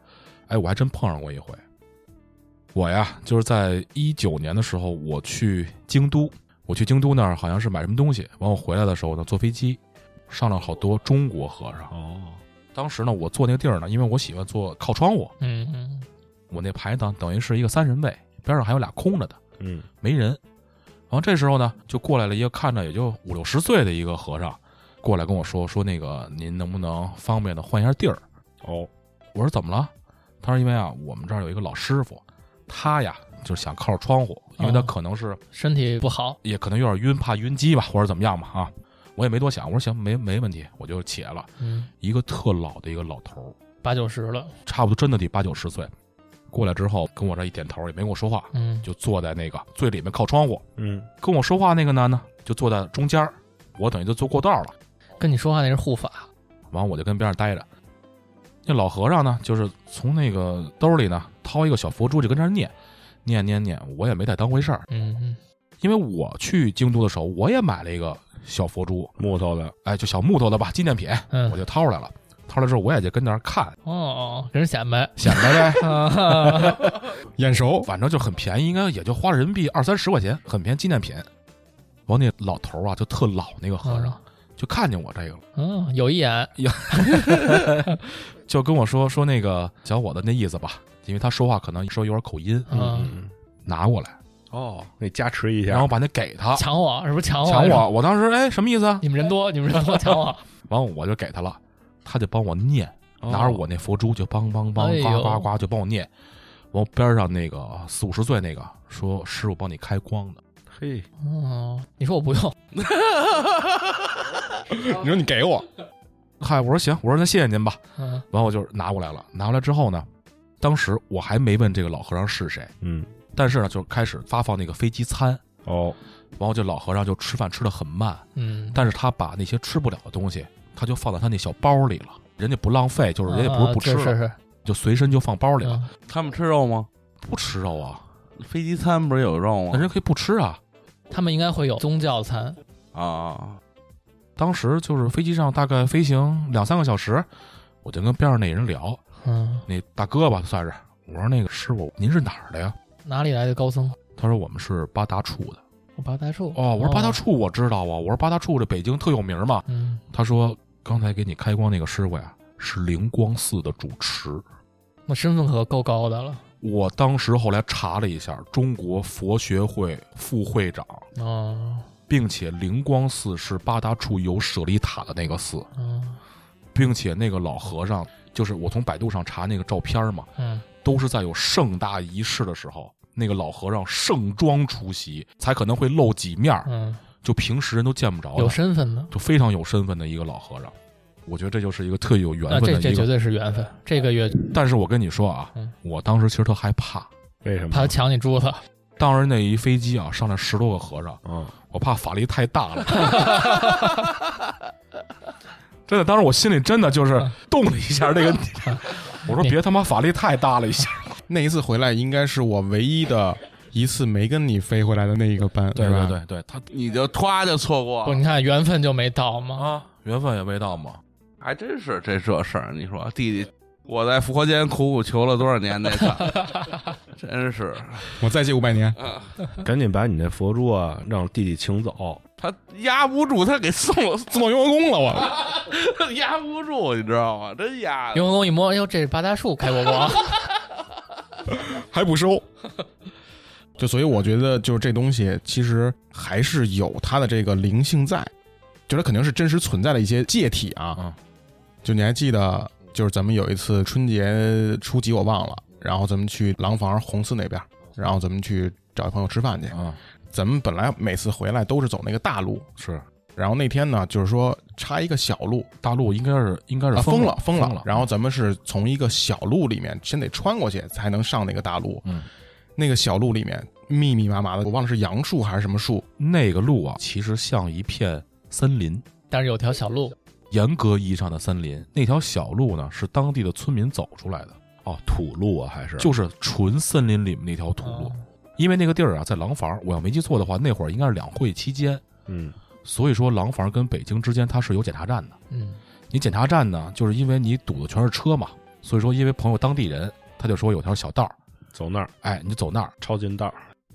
哎，我还真碰上过一回。我呀，就是在一九年的时候，我去京都，我去京都那儿好像是买什么东西，完我回来的时候呢，坐飞机上了好多中国和尚。哦，当时呢，我坐那个地儿呢，因为我喜欢坐靠窗户，嗯嗯我那排档等于是一个三人位，边上还有俩空着的。嗯，没人。然后这时候呢，就过来了一个看着也就五六十岁的一个和尚，过来跟我说说那个您能不能方便的换一下地儿？哦，我说怎么了？他说因为啊，我们这儿有一个老师傅，他呀就是想靠着窗户，因为他哦可能是身体不好，也可能有点晕，怕晕机吧，或者怎么样吧啊。我也没多想，我说行，没没问题，我就起来了。嗯，一个特老的一个老头儿，八九十了，差不多真的得八九十岁，过来之后跟我这一点头，也没跟我说话，嗯，就坐在那个最里面靠窗户。嗯，跟我说话那个男呢，就坐在中间儿，我等于就坐过道了。跟你说话那是护法，完，我就跟边上待着。那老和尚呢，就是从那个兜里呢掏一个小佛珠，就跟这儿念，念念念。我也没太当回事儿，嗯嗯，因为我去京都的时候，我也买了一个小佛珠，木头的，哎，就小木头的吧，纪念品，嗯我就掏出来了。掏出来之后，我也就跟那儿看，哦，给人显 摆，显摆呗，啊， 眼熟，反正就很便宜，应该也就花人民币二三十块钱，很便宜纪念品。完，那老头儿啊，就特老那个和尚，就看见我这个了。嗯，有一眼，就跟我说说那个小伙子那意思吧，因为他说话可能说有点口音，嗯，嗯，拿过来，哦，那加持一下，然后把那给他，抢啊我是不是抢我？抢我。！我当时哎什么意思啊？你们人多，你们人多， 抢我！完了我就给他了，他就帮我念，哦拿着我那佛珠就梆梆哎梆呦呱呱呱就帮我念。完边上那个四五十岁那个说师傅帮你开光的，嘿，哦，你说我不用，你说你给我，嗨，我说行，我说那谢谢您吧。嗯完我就拿过来了，拿过来之后呢，当时我还没问这个老和尚是谁，嗯，但是呢就开始发放那个飞机餐，哦，完后这老和尚就吃饭吃的很慢。嗯， 但是他把那些吃不了的东西，他就放在他那小包里了。人家不浪费，就是人家不是不吃啊了，是是是，就随身就放包里了，嗯他们吃肉吗？不吃肉啊，飞机餐不是有肉那吗？人可以不吃啊。他们应该会有宗教餐，啊，当时就是飞机上大概飞行两三个小时，我就跟边上那人聊，嗯，那大哥吧算是，我说那个师傅您是哪儿的呀？哪里来的高僧？他说我们是八大处的。我八大处。哦，我说八大处我知道啊，我说八大处这北京特有名嘛。嗯，他说刚才给你开光那个师傅呀，是灵光寺的主持。我身份可够高的了。我当时后来查了一下，中国佛学会副会长，哦，并且灵光寺是八大处有舍利塔的那个寺，嗯并且那个老和尚，就是我从百度上查那个照片嘛，嗯，都是在有盛大仪式的时候，那个老和尚盛装出席，才可能会露几面儿，嗯，就平时人都见不着有的，身份的，就非常有身份的一个老和尚。我觉得这就是一个特有缘那这分的啊这一绝个，对是缘分。这个月但是我跟你说啊嗯，我当时其实特害怕，为什么？他抢你珠子，当时那一飞机啊，上来十多个和尚，嗯，我怕法力太大了。 真的，当时我心里真的就是动 了一下嗯那个，我说别他妈法力太大了一下。那一次回来应该是我唯一的一次没跟你飞回来的那一个班，是吧？对对，他你就歘就错哦过不，了，哦你看缘分就没到嘛。啊，缘分也未到嘛。还真是这这事儿。你说弟弟，我在佛间苦苦求了多少年那个， 真是我再借五百啊年，赶紧把你那佛珠啊，让弟弟请走。他压不住，他给送了，自动雍和宫了我。压不住，你知道吗？真压雍和宫一摸，哎呦，这是八大树开过 光，还 不收。就所以我觉得，就是这东西其实还是有它的这个灵性在，就它肯定是真实存在的一些借体啊。嗯就你还记得，就是咱们有一次春节初几我忘了，然后咱们去廊坊红寺那边，然后咱们去找一朋友吃饭去。啊，咱们本来每次回来都是走那个大路，是然后那天呢，就是说插一个小路，大陆应该是应该是啊，封了封了，嗯了。然后咱们是从一个小路里面，先得穿过去才能上那个大路。嗯，那个小路里面密密麻麻的，我忘了是杨树还是什么树，那个路啊，其实像一片森林，但是有条小哦路，严格意义上的森林。那条小路呢，是当地的村民走出来的，哦，土路啊，还是就是纯森林里面那条土路。哦因为那个地儿啊，在廊坊，我要没记错的话，那会儿应该是两会期间，嗯，所以说廊坊跟北京之间它是有检查站的。嗯，你检查站呢，就是因为你堵的全是车嘛，所以说因为朋友当地人，他就说有条小道儿，走那儿哎，你就走那儿，抄近道儿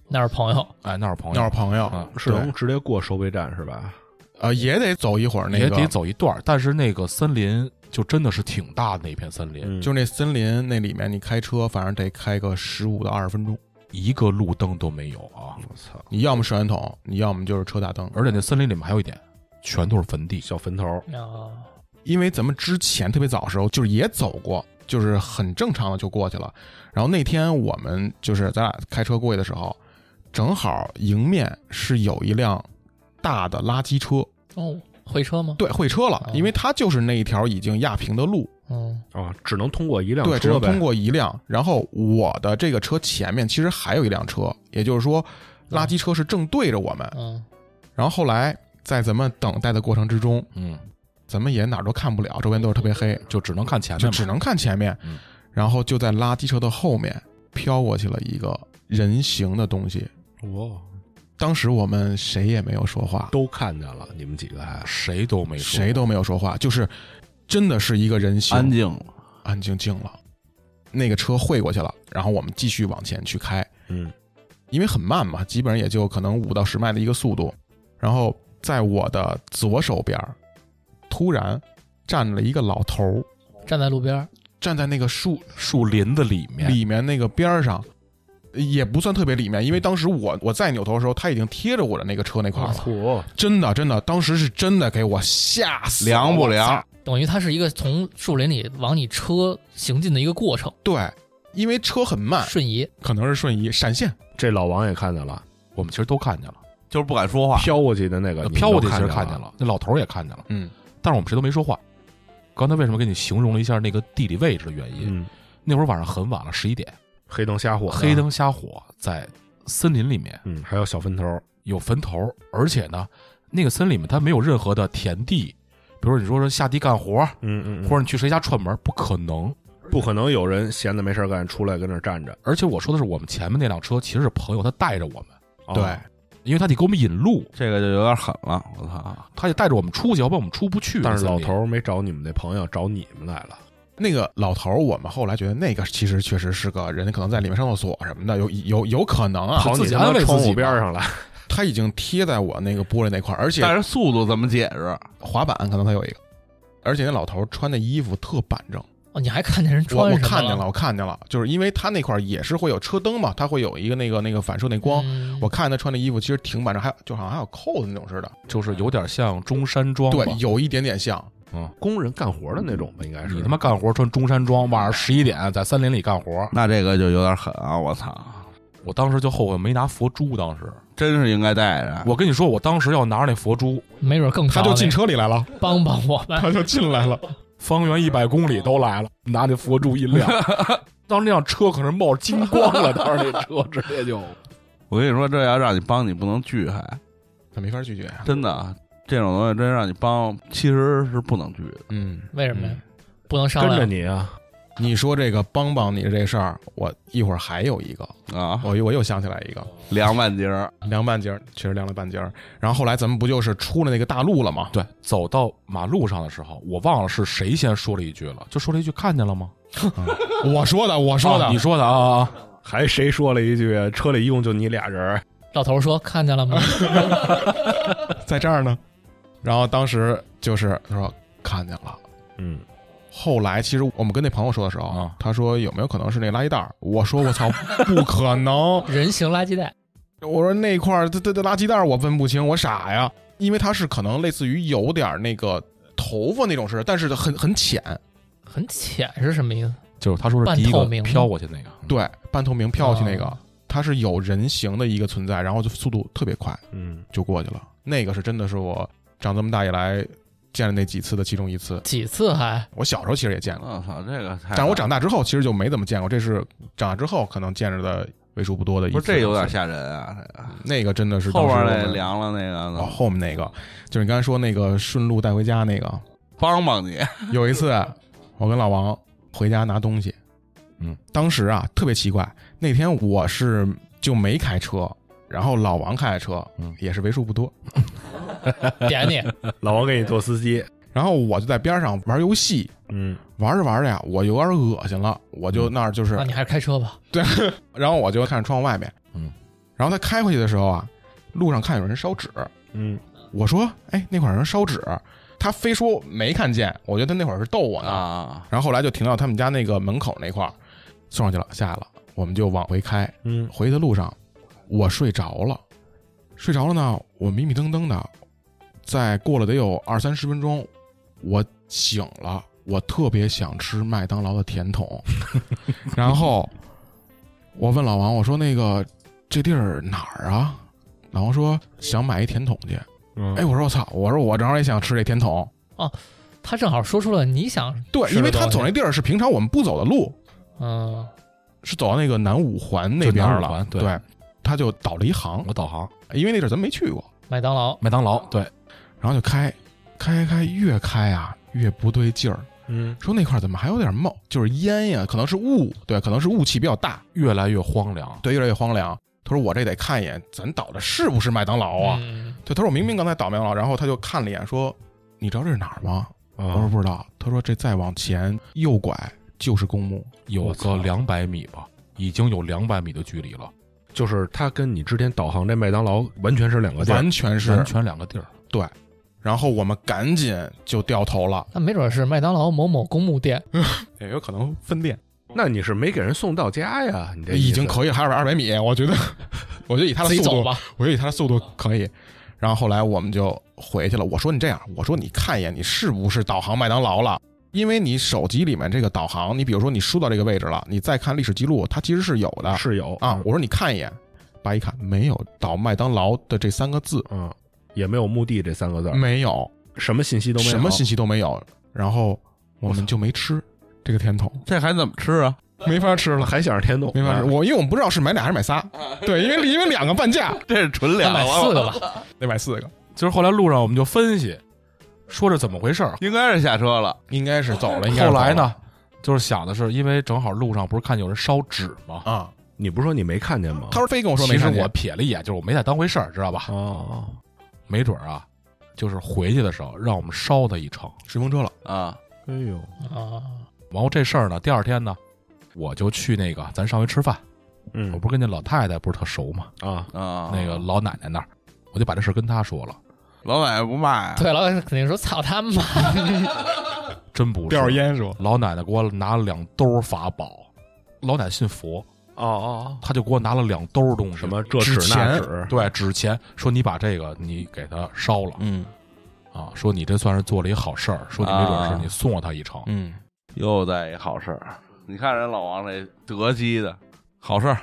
那是朋友，哎，那儿朋那是友朋友啊是对能直接过收费站是吧？呃也得走一会儿，那也个得走一段儿，但是那个森林就真的是挺大的那片森林，嗯，就是那森林那里面，你开车反正得开个十五到二十分钟。一个路灯都没有啊，我操，你要么手电筒，你要么就是车打灯。而且那森林里面还有一点，全都是坟地，小坟头儿，哦啊，因为咱们之前特别早的时候，就是也走过，就是很正常的就过去了。然后那天我们就是咱俩开车过去的时候，正好迎面是有一辆大的垃圾车，哦，会车吗？，对，会车哦了，因为它就是那一条已经压平的路，嗯，啊，只能通过一辆对，只车能呗通。过一辆。然后我的这个车前面其实还有一辆车，也就是说，嗯垃圾车是正对着我们。嗯，然后后来在咱们等待的过程之中，嗯，咱们也哪儿都看不了，周边都是特别黑，就只能看前面啊就嘛，只能看前面嗯，然后就在垃圾车的后面飘过去了一个人形的东西。哇，当时我们谁也没有说话，哦都看见了，你们几个还谁都没说，谁都没有说话，就是真的是一个人形，安静了。安静静了。那个车会过去了，然后我们继续往前去开，嗯，因为很慢嘛，基本上也就可能五到十迈的一个速度。然后在我的左手边儿，突然站了一个老头儿，站在路边儿，站在那个树树林子里面，里面那个边儿上，也不算特别里面，因为当时我我再扭头的时候，他已经贴着我的那个车那啊块儿了。土真的，真的，当时是真的给我吓死了，凉不凉我操？等于它是一个从树林里往你车行进的一个过程，对，因为车很慢，瞬移，可能是瞬移闪现，这老王也看见了，我们其实都看见了，就是不敢说话，飘过去的那个呃飘过去其实看看见，了，那老头儿也看见了，嗯，但是我们谁都没说话。刚才为什么给你形容了一下那个地理位置的原因？嗯，那会儿晚上很晚了，十一点，黑灯瞎火，嗯黑，灯瞎火，在森林里面嗯，还有小坟头儿，有坟头，而且呢，那个森林里面它没有任何的田地，比如说你说是下地干活，嗯嗯或者你去谁家串门，不可能。不可能有人闲的没事儿干出来跟那儿站着，而且我说的是我们前面那辆车，其实是朋友，他带着我们，啊哦对，因为他得给我们引路，这个就有点狠了。我操！他得带着我们出去，要不然我们出不去。但是老儿头儿没找你们那朋友，找你们来了，那个老头儿，我们后来觉得那个其实确实是个人，可能在里面上厕所什么的，有有有可能啊他。跑自你己他安妈慰自窗己户吧边儿上了，他已经贴在我那个玻璃那块儿，而且但是速度怎么解释？滑板可能他有一个，而且那老头儿穿的衣服特板正。哦，你还看见人我穿我什么看见了，，我看见了，就是因为他那块儿也是会有车灯嘛，他会有一个那个那个反射那光。嗯我看见他穿的衣服其实挺板正，还有就好像还有扣子那种似的，就是有点像中山装吧，对，有一点点像。工人干活的那种吧，应该是你他妈干活穿中山装，晚上十一点在森林里干活，那这个就有点狠啊！我操，我当时就后悔没拿佛珠。当时真是应该带着。我跟你说，我当时要拿着那佛珠，没准更哎他着就急进车里来了，帮帮我们， 他就进来了。方圆一百公里都来了，拿那 佛珠一亮，当时那辆车可是冒金光了，当时那车直接就我跟你说，这要让你帮你不能拒，还他没法拒绝啊。真的啊这种东西真让你帮，其实是不能拒的。嗯，为什么呀嗯？不能商跟着量，你啊，你说这个帮帮你的这事儿，我一会儿还有一个，啊，我我又想起来一个，凉半截儿，凉半截儿，确实凉了半截儿。然后后来咱们不就是出了那个大路了吗？对，走到马路上的时候，我忘了是谁先说了一句了，就说了一句“看见了吗我说的，我”哦说的，啊你说的啊啊！还谁说了一句车里一共就你俩人儿？老头说看见了 吗？在这儿呢。然后当时就是他说看见了。嗯，后来其实我们跟那朋友说的时候，啊他说有没有可能是那垃圾袋儿？我说我操， 不可能！人形垃圾袋，我说那块儿这这这垃圾袋儿我分不清，我傻呀，因为它是可能类似于有点儿那个头发那种事，但是很很浅，很浅是什么意思？就是他说是第一半个透明飘过去那个，嗯，对，半透明飘过去那个，啊它是有人形的一个存在，然后就速度特别快嗯，就过去了。那个是真的是我长这么大以来见了那几次的其中一次。几次还我小时候其实也见过，我操，这个太……但是我长大之后其实就没怎么见过，这是长大之后可能见着的为数不多的一不次。是这有点吓人啊！这个那个真的是后边当时我那们凉了那个哦，呢，后面那个就是你刚才说那个顺路带回家 那个，帮帮你，有一次我跟老王回家拿东西，嗯，当时啊特别奇怪，那天我是就没开车，然后老王开的车，嗯也是为数不多，点你，老王给你做司机，然后我就在边上玩游戏，嗯，玩着玩着呀，我有点恶心了，我就那儿 就是，啊嗯那你还是开车吧。然后我就看窗户外面，嗯，然后他开回去的时候啊，路上看有人烧纸，嗯，我说，哎，那会儿有人烧纸，他非说没看见，我觉得他那会儿是逗我呢。啊，然后后来就停到他们家那个门口那块儿，送上去了，下来了，我们就往回开。嗯，回的路上，我睡着了，睡着了呢，我迷迷瞪瞪的，再过了得有二三十分钟，我醒了，我特别想吃麦当劳的甜筒，然后我问老王，我说那个这地儿哪儿啊？老王说想买一甜筒去。嗯哎，我说我操，我说我正好也想吃这甜筒。他正好说出了你想，对，吃的因为他东西走那地儿是平常我们不走的路，嗯，是走到那个南五环那嗯边就南五了环，对他就倒了一行，我导航因为那地儿咱没去过，麦当劳麦当劳，对，然后就开，开开越开啊越不对劲儿，嗯，说那块儿怎么还有点冒，就是烟呀，可能是雾，对，可能是雾气比较大，越来越荒凉，对，越来越荒凉。他说我这得看一眼，咱倒的是不是麦当劳啊？嗯对，他说我明明刚才倒麦当劳，然后他就看了一眼，说你知道这是哪儿吗？我说啊，不知道。他说这再往前右拐就是公墓，有我个操两百米吧，已经有两百米的距离了，就是他跟你之前导航这麦当劳完全是两个地儿，完全是完全两个地儿。然后我们赶紧就掉头了，那没准是麦当劳某某公墓店，也有可能分店那你是没给人送到家呀？你这已意思经可以了，还有二百米，我觉得， 我觉得以他的自己速走度，吧。我觉得以他的速度可以。然后后来我们就回去了。我说你这样，我说你看一眼，你是不是导航麦当劳了？因为你手机里面这个导航，你比如说你输到这个位置了，你再看历史记录，它其实是有的是有啊。我说你看一眼，爸一看没有导麦当劳的这三个字，嗯，也没有墓地这三个字儿，没有，什么信息都没有，什么信息都没有。然后我们就没吃这个甜筒，这还怎么吃啊？没法吃了。还想着天啊动，没法吃，我因为我们不知道是买俩还是买仨，对，因为因为两个半价，这是纯啊咱凉买四了，个吧，得买四个，就是后来路上我们就分析，说这怎么回事儿。应该是下车了，应该是走哎了。应该是后走了来呢，就是想的是，因为正好路上不是看有人烧纸吗？啊，你不是说你没看见吗？他说非跟我哦说没其实看我见，瞥了一眼，就是我没太当回事儿，知道吧？哦，没准儿啊，就是回去的时候让我们捎他一程。顺风车了，啊，哎呦，啊，然后这事儿呢，第二天呢，我就去那个咱上回吃饭，嗯我不是跟那老太太不是特熟嘛，啊，哦啊，那个老奶奶那儿，我就把这事儿跟她说了，老奶奶不啊骂呀，对，老板肯定说操他妈，真不是叼着。烟说，老奶奶给我拿了两兜法宝，老奶奶信佛，哦哦，她就给我拿了两兜东西，什么这纸纸那钱纸，对纸钱，说你把这个你给她烧了嗯啊，说你这算是做了一好事儿，说你没准啊是你送了她一程。嗯，又在一好事儿。你看人老王这德基的好事儿，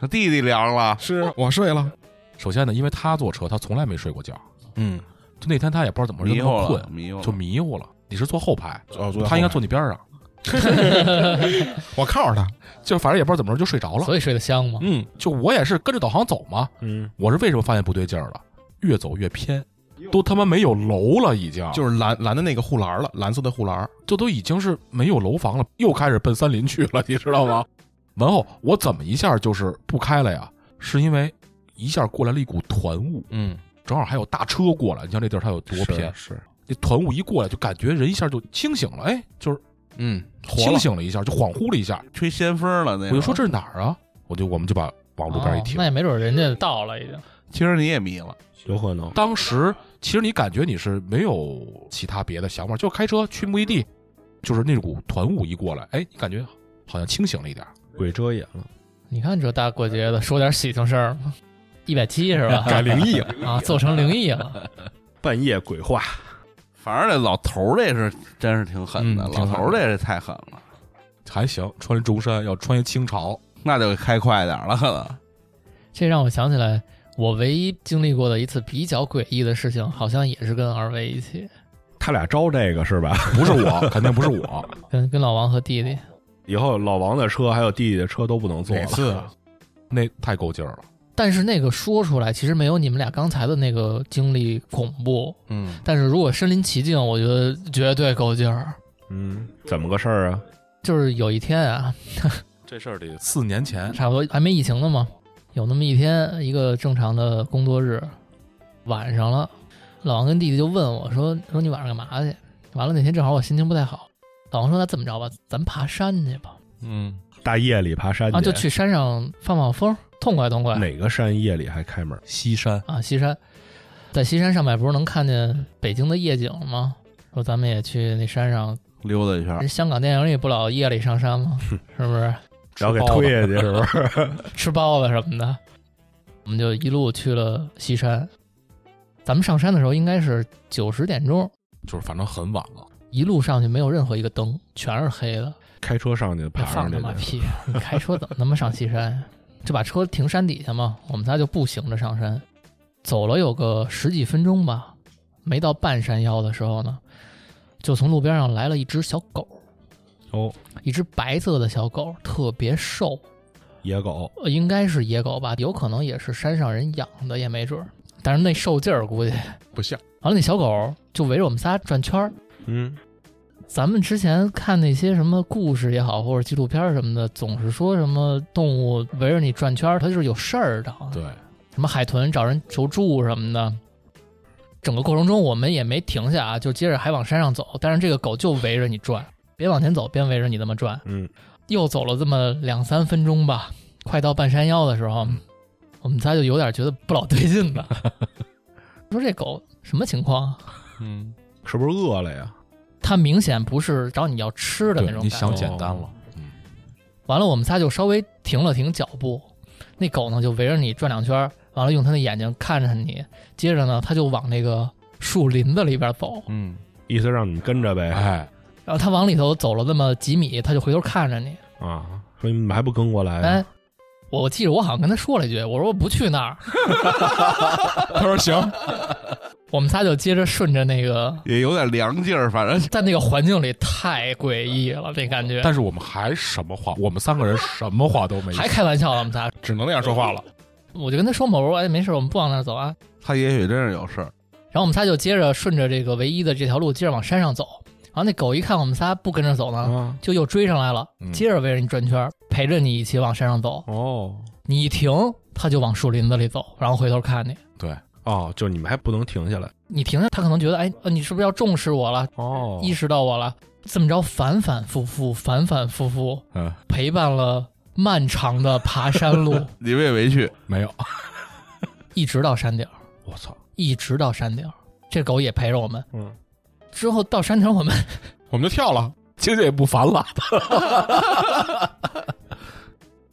他弟弟凉了，是我睡了，首先呢，因为她坐车，她从来没睡过觉，嗯，就那天她也不知道怎么回事，迷那么糊了，困，迷糊了，就迷糊了。你是坐后排，哦她应该坐你边上，我告诉他，就反正也不知道怎么着就睡着了。所以睡得香嘛。嗯，就我也是跟着导航走嘛。嗯，我是为什么发现不对劲儿了？越走越偏，都他妈没有楼了，已经 就是蓝蓝的那个护栏了，蓝色的护栏，这都已经是没有楼房了，又开始奔森林去了，你知道吗？完后我怎么一下就是不开了呀？是因为一下过来了一股团雾，嗯，正好还有大车过来，你像这地儿它有多偏，是那团雾一过来就感觉人一下就清醒了，哎，就是嗯，清醒了一下，就恍惚了一下，吹先锋了那。我就说，这是哪儿啊？我就我们就把往路边一哦停那，也没准人家到了已经。其实你也迷了，有可能。当时其实你感觉你是没有其他别的想法，就开车去目的地，就是那股团雾一过来，哎，你感觉好像清醒了一点儿，鬼遮眼了，你看这大过节的，说点喜庆事儿，一百七是吧？ 改灵异了，啊，做成灵异了。半夜鬼话，反正这老头儿这是真是挺狠的，嗯挺老狠头儿这是太狠了，还行。穿中山要穿越清朝，那就开快点儿了，可能。这让我想起来，我唯一经历过的一次比较诡异的事情，好像也是跟二位一起，他俩招这个是吧？ 不是 我，肯定不是我。跟跟老王和弟弟。以后老王的车还有弟弟的车都不能坐每了。次啊那太够劲儿了，但是那个说出来，其实没有你们俩刚才的那个经历恐怖。嗯，但是如果身临其境，我觉得绝对够劲儿。嗯，怎么个事儿啊？就是有一天啊，这事儿得四年前，差不多还没疫情呢嘛，有那么一天，一个正常的工作日，晚上了，老王跟弟弟就问我说：“说你晚上干嘛去？”完了那天正好我心情不太好，老王说：“那这么着吧，咱爬山去吧，嗯，大夜里爬山啊，就去山上放放风，痛快痛快哪个山夜里还开门？西山啊。”西山，在西山上面不是能看见北京的夜景吗？说咱们也去那山上，溜达一圈儿人，香港电影里不老夜里上山吗？是不是？然后给推下去是不 是？吃包子什么的，我们就一路去了西山。咱们上山的时候应该是九十点钟，就是反正很晚了，一路上去没有任何一个灯，全是黑的。开车上去爬放上去他妈屁！你 开车怎么他妈上西山呀？就把车停山底下嘛，我们仨就步行着上山，走了有个十几分钟吧，没到半山腰的时候呢，就从路边上来了一只小狗，哦，一只白色的小狗，特别瘦，野狗呃，应该是野狗吧，有可能也是山上人养的，也没准儿。但是那受劲儿估计，不像，完了那小狗就围着我们仨转圈儿。嗯，咱们之前看那些什么故事也好，或者纪录片儿什么的，总是说什么动物围着你转圈儿，它就是有事儿的，啊对，什么海豚找人求助什么的。整个过程中我们也没停下啊，就接着还往山上走，但是这个狗就围着你转，边往前走边围着你这么转。嗯，又走了这么两三分钟吧，快到半山腰的时嗯候，我们仨就有点觉得不老对劲 了。说这狗什么情况啊？嗯，是不是饿了呀？它明显不是找你要吃的那对，种你感觉。想简单了，嗯，完了，我们仨就稍微停了停脚步，那狗呢就围着你转两圈，完了用它的眼睛看着你，接着呢它就往那个树林子里边走，嗯，意思让你们跟着呗哎，然后它往里头走了那么几米，它就回头看着你，啊？说你们还不跟过来哎啊？。我记着，我好像跟他说了一句：“我说我不去那儿。他说行，”我们仨就接着顺着那个也有点凉劲儿，反正在那个环境里太诡异了，这感觉。但是我们还什么话，我们三个人什么话都没说还，开玩笑呢，我们仨，只能那样说话了，我就跟他说嘛，我说哎，没事，我们不往那儿走啊。他也许真是有事儿。然后我们仨就接着顺着这个唯一的这条路，接着往山上走。然后那狗一看我们仨不跟着走呢，啊就又追上来了，嗯接着围着你转圈儿，陪着你一起往山上走。哦你一停，它就往树林子里走，然后回头看你。对，哦，就你们还不能停下来你停下，它可能觉得哎，呃你是不是要重视我了，哦意识到我了？这么着反反复复，反反复复嗯，陪伴了漫长的爬山 路，你们也没去，没有，一直到山顶儿。我操，一直到山顶儿，这狗也陪着我们。嗯，之后到山顶儿，我们我们就跳了，经济也不烦了，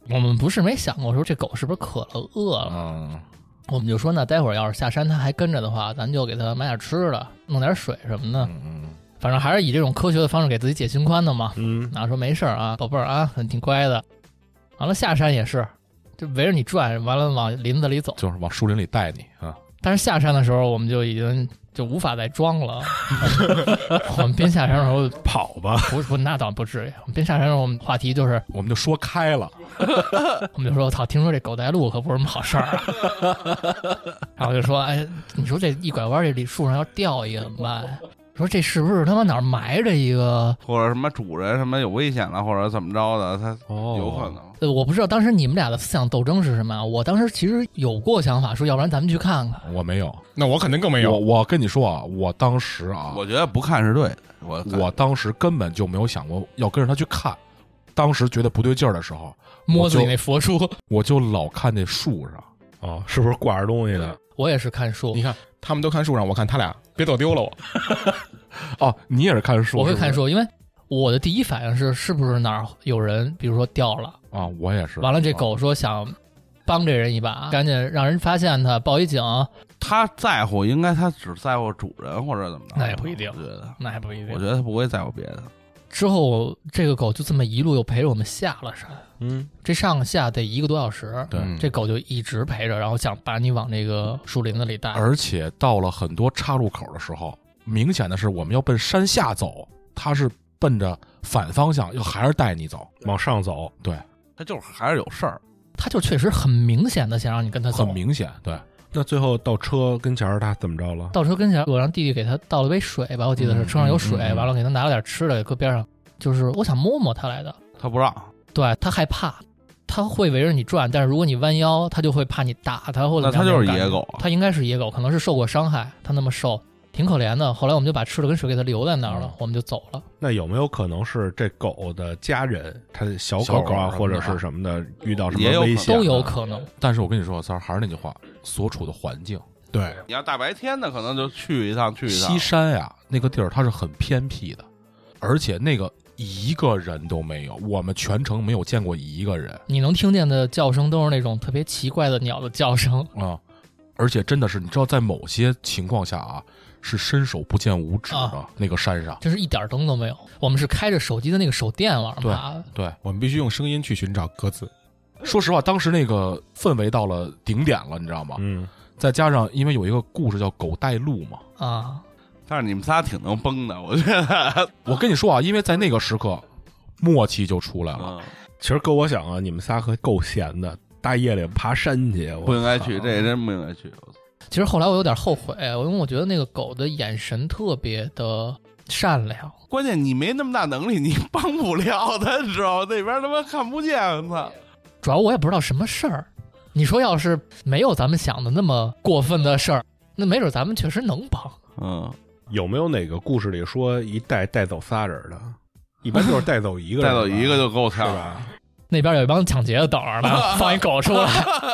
我们不是没想过说这狗是不是渴了饿了，嗯，我们就说那待会儿要是下山它还跟着的话，咱就给它买点吃的，弄点水什么的，嗯反正还是以这种科学的方式给自己解心宽的嘛。嗯，然后说没事儿啊，宝贝儿啊，挺乖的。完了下山也是，就围着你转，完了往林子里走。就是往树林里带你啊，但是下山的时候，我们就已经就无法再装 了。我们边下山的时候，跑吧，不是不是那倒不至于。我们边下山的时候，我们话题就是，我们就说开了，我们就说，操，听说这狗带路可不是什么好事儿、 啊。然后就说，哎，你说这一拐弯这里树上要掉一个怎么办？说这是不是他妈哪儿埋着一个？或者什么主人什么有危险了，或者怎么着的，他哦有可能。呃，我不知道当时你们俩的思想斗争是什么啊？我当时其实有过想法，说要不然咱们去看看。我没有，那我肯定更没我有。我跟你说啊，我当时啊，我觉得不看是对的，我我当时根本就没有想过要跟着他去看，当时觉得不对劲儿的时候，摸自己我就那佛书，我就老看那树上，哦，是不是挂着东西呢？我也是看书你，看他们都看树上，我看他俩，别走丢了我。哦，你也是看树，我会是不是看书，因为我的第一反应是是不是哪儿有人，比如说掉了，啊，我也是。完了这啊，狗说想帮这人一把，赶紧让人发现他，报一警，他在乎，应该他只在乎主人或者怎么着。那也不一定我觉得，那还不一定。我觉得他不会在乎别的。之后这个狗就这么一路又陪着我们下了山，嗯，这上下得一个多小时，对嗯这狗就一直陪着，然后想把你往那个树林子里带。而且到了很多岔路口的时候，明显的是我们要奔山下走，它是奔着反方向，又还是带你走，往上走，他就是还是有事儿，它就确实很明显的想让你跟它走，很明显。对，那最后到车跟前儿，他怎么着了？到车跟前，我让弟弟给他倒了杯水吧，我记得是嗯车上有水，嗯嗯嗯完了给他拿了点吃的，搁边上。就是我想摸摸它来的，他不让，对它害怕，它会围着你转，但是如果你弯腰，它就会怕你打它或者那怎么样他就种是感野觉狗。它应该是野狗，可能是受过伤害，它那么瘦，挺可怜的。后来我们就把吃的跟水给它留在那儿了，嗯我们就走了。那有没有可能是这狗的家人，它的小小狗啊，啊或者是什么的，遇到什也么有可危能险啊？都有可能，但是我跟你说，三儿还是那句话，所处的环境，对，你要大白天的，可能就去一趟去一趟西。山呀、那个地儿它是很偏僻的，而且那个一个人都没有，我们全程没有见过一个人你能听见的叫声都是那种特别奇怪的鸟的叫声， 啊、而且真的是，你知道，在某些情况下啊，是伸手不见五指的、啊那个山上，就是一点灯都没有。我们是开着手机的那个手电往上爬的，对。我们必须用声音去寻找鸽子。说实话，当时那个氛围到了顶点了，你知道吗？嗯，再加上因为有一个故事叫“狗带路”嘛，啊，但是你们仨挺能崩的，我觉得。我跟你说啊，因为在那个时刻，默契就出来了。嗯其实搁我想啊，你们仨可够闲的，大夜里爬山去，我 不应该去，操这也真不应该去。我操其实后来我有点后悔，因为我觉得那个狗的眼神特别的善良。关键你没那么大能力，你帮不了他，你知道吗？那边他妈看不见，我主要我也不知道什么事儿。你说要是没有咱们想的那么过分的事儿，那没准咱们确实能帮。操！嗯，有没有哪个故事里说一带带走仨人的？一般就是带走一个人吧，带走一个就够是呛了。吧？那边有一帮抢劫的等着呢，放一狗出来，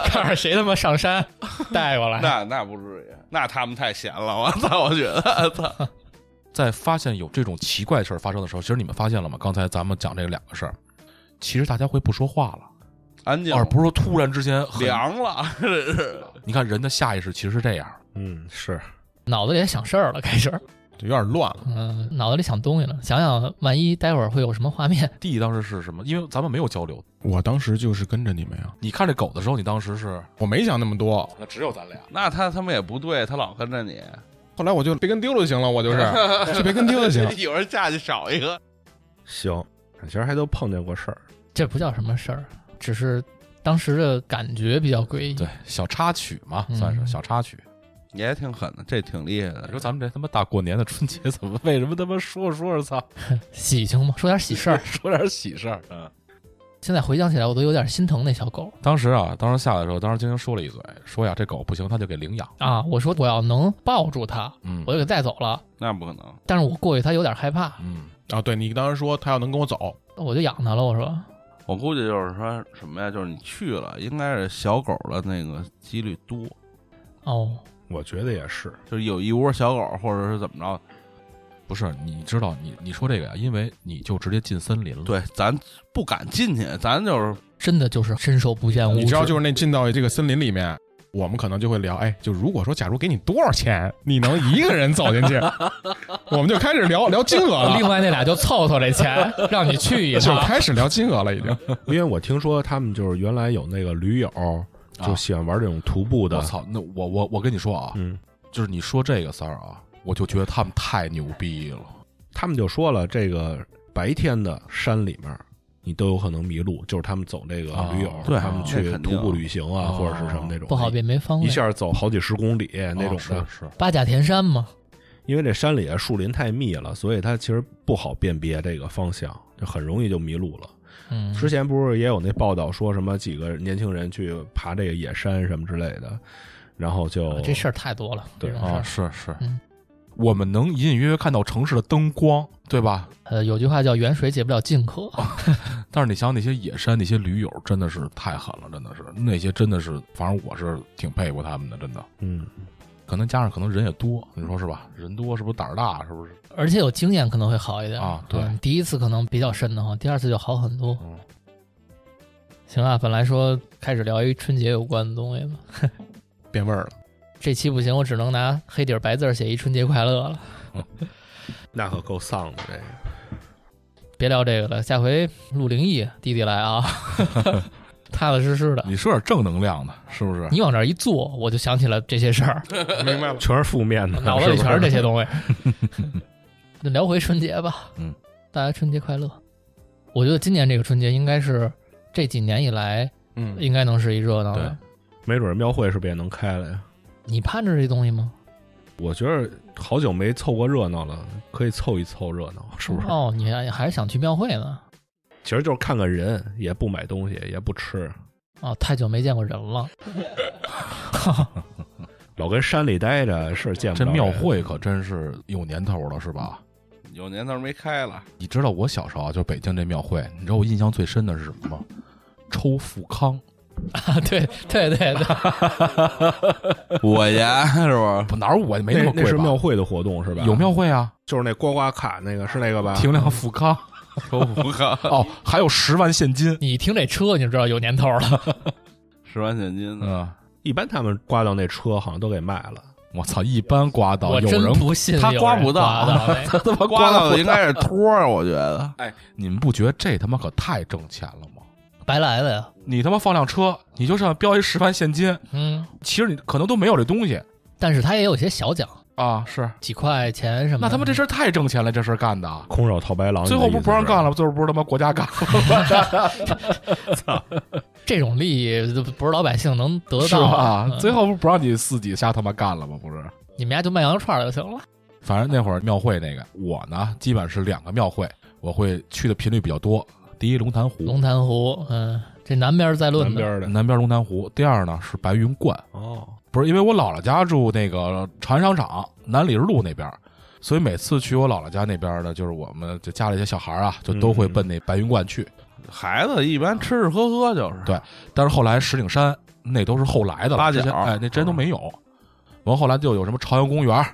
看看谁他妈上山带过来。那那不至于，那他们太闲了，我操！我觉得，操，在发现有这种奇怪事儿发生的时候，其实你们发现了吗？刚才咱们讲这两个事儿，其实大家会不说话了， 安静，而不是说突然之间很。哦凉了，这是你看人的下意识其实是这样，嗯，是脑子里也想事儿了，开始，就有点乱了。嗯，脑子里想东西了，想想万一待会儿会有什么画面。 弟当时是什么？因为咱们没有交流。我当时就是跟着你们呀，你看这狗的时候，你当时是我没想那么多。那只有咱俩。那他他妈也不对，他老跟着你，后来我就别跟丢了就行了，我 就是就别跟丢就行。 有人下去少一个，行，其实还都碰见过事儿。这不叫什么事儿，只是当时的感觉比较诡异。对，小插曲嘛，嗯算是小插曲。也挺狠的，这挺厉害你的。说咱们这他妈大过年的春节，怎么为什么他妈说着说着操，。喜庆嘛，说点喜事儿 说点喜事儿？嗯，现在回想起来，我都有点心疼那小狗当时啊，当时下来的时候，当时晶晶说了一嘴，说呀这狗不行，他就给领养。啊！我说我要能抱住它，嗯我就给带走了。那不可能，但是我过去它有点害怕，嗯，啊，对你当时说他要能跟我走，我就养它了。我说我估计就是说什么呀？就是你去了，应该是小狗的那个几率多，哦，我觉得也是，就是有一窝小狗，或者是怎么着。不是，你知道你你说这个呀，因为你就直接进森林了。，对，咱不敢进去，咱就是真的就是伸手不见五指。你知道，就是那进到这个森林里面，我们可能就会聊，哎，就如果说假如给你多少钱，你能一个人走进 去，我们就开始聊聊金额 了，另外那俩就凑凑这钱，让你去一就趟。开始聊金额了，已经。因为我听说他们就是原来有那个驴友，就喜欢玩这种徒步的我。操，那我我我跟你说啊，嗯，就是你说这个三儿啊，我就觉得他们太牛逼了。他们就说了，这个白天的山里面，你都有可能迷路，就是他们走这个啊驴友，对他们去那肯定徒步旅行啊，哦或者是什么那种不好辨别方一位。下走好几十公里那种哦的，是是，八甲田山嘛，因为这山里啊树林太密了，所以它其实不好辨别这个方向，就很容易就迷路了。嗯，之前不是也有那报道说什么几个年轻人去爬这个野山什么之类的，然后就、啊这事儿太多了，对这种事啊儿。是是嗯，我们能隐隐约约看到城市的灯光，对吧？呃，有句话叫“远水解不了近渴但是你想那些野山那些驴友真的是太狠了，真的是那些真的是，反正我是挺佩服他们的，真的。嗯，可能加上可能人也多，你说是吧？人多是不是胆儿大？啊是不是？”，而且有经验可能会好一点啊对嗯第一次可能比较深的话，第二次就好很多。嗯行啊，本来说开始聊一春节有关的东西嘛，变味儿了。这期不行，我只能拿黑底儿白字儿写一“春节快乐”了。那可够丧的这个。别聊这个了，下回录灵异，弟弟来啊， 踏踏实实的。你说点正能量的，是不是？你往那儿一坐，我就想起了这些事 儿，明白了， 全是负面的，啊脑子里全是这些西。东西。 那聊回春节吧，嗯，大家春节快乐。我觉得今年这个春节应该是这几年以来嗯，应该能是一热闹的对。 没准庙会是不是也能开了呀？你盼着这东西吗？我觉得好久没凑过热闹了，可以凑一凑热闹，是不是？哦，你还还是想去庙会呢？其实就是看看人，也不买东西，也不吃，哦，太久没见过人了。老跟山里待着是见不这着庙人会可真是有年头了，是吧？有年头没开 了，你知道我小时候啊，就是北京这庙会，你知道我印象最深的是什么吗？抽富康，啊，对对对对，我家是吧？不哪有我没那么那贵是吧？庙会的活动是吧？啊有庙会啊，就是那刮刮卡那个是那个吧？停辆富康抽不靠 哦，还有十万现金，你听这车你就知道有年头了。十万现金呢？嗯，一般他们刮到那车好像都给卖了，我操，一般刮到我有真人不信他有刮人不到刮啊到那个他妈刮到到的应该是托儿，我觉得。你们不觉得这他妈可太挣钱了吗？白来的呀。你他妈放辆车，你就上标一十万现金，嗯，其实你可能都没有这东西但是他也有些小奖，啊。是，几块钱什么的。那他妈这事儿太挣钱了，这事儿干的，啊空手套白狼。最后不你的是意思不让干是？了，最后不是他妈国家干了，这种利益都不是老百姓能得是到的吧？啊嗯最后不是不让你自己瞎他妈干了吗？不是。你们家就卖羊肉串儿就行了。反正那会儿庙会那个，我呢基本是两个庙会，我会去的频率比较多。第一龙潭湖，龙潭湖，嗯，这南边儿在论嗯的，南边的南边龙潭湖。第二呢是白云观，哦，不是因为我姥姥家住那个长安商场南礼士路那边儿，所以每次去我姥姥家那边儿呢，就是我们就家里一些小孩儿啊，就都会奔那白云观去。孩子一般吃吃喝喝就是，对但是后来石景山那都是后来的了，八角之前哎，那真都没有。完后来就有什么朝阳公园儿，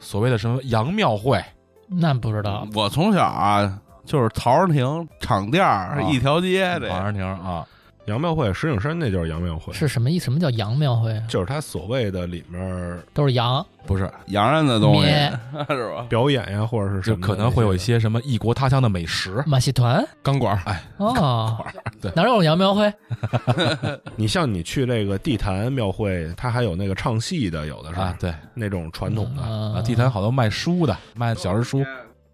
所谓的什么杨庙会，那不知道。我从小啊，就是陶然亭厂店啊儿一条街这王安亭啊，杨庙会、石景山那就是杨庙会，是什么意？什么叫羊庙会啊？就是他所谓的里面都是羊，不是，洋人的东西咩是吧？表演呀，或者是什就么的可能会有一那些什么异国他乡的美食。马戏团钢管儿哦对，哪有羊庙会？的。你像你去那个地坛庙会，它还有那个唱戏的，有的是、啊，对那种传统的。啊啊，地坛好多卖书的，卖 小人书，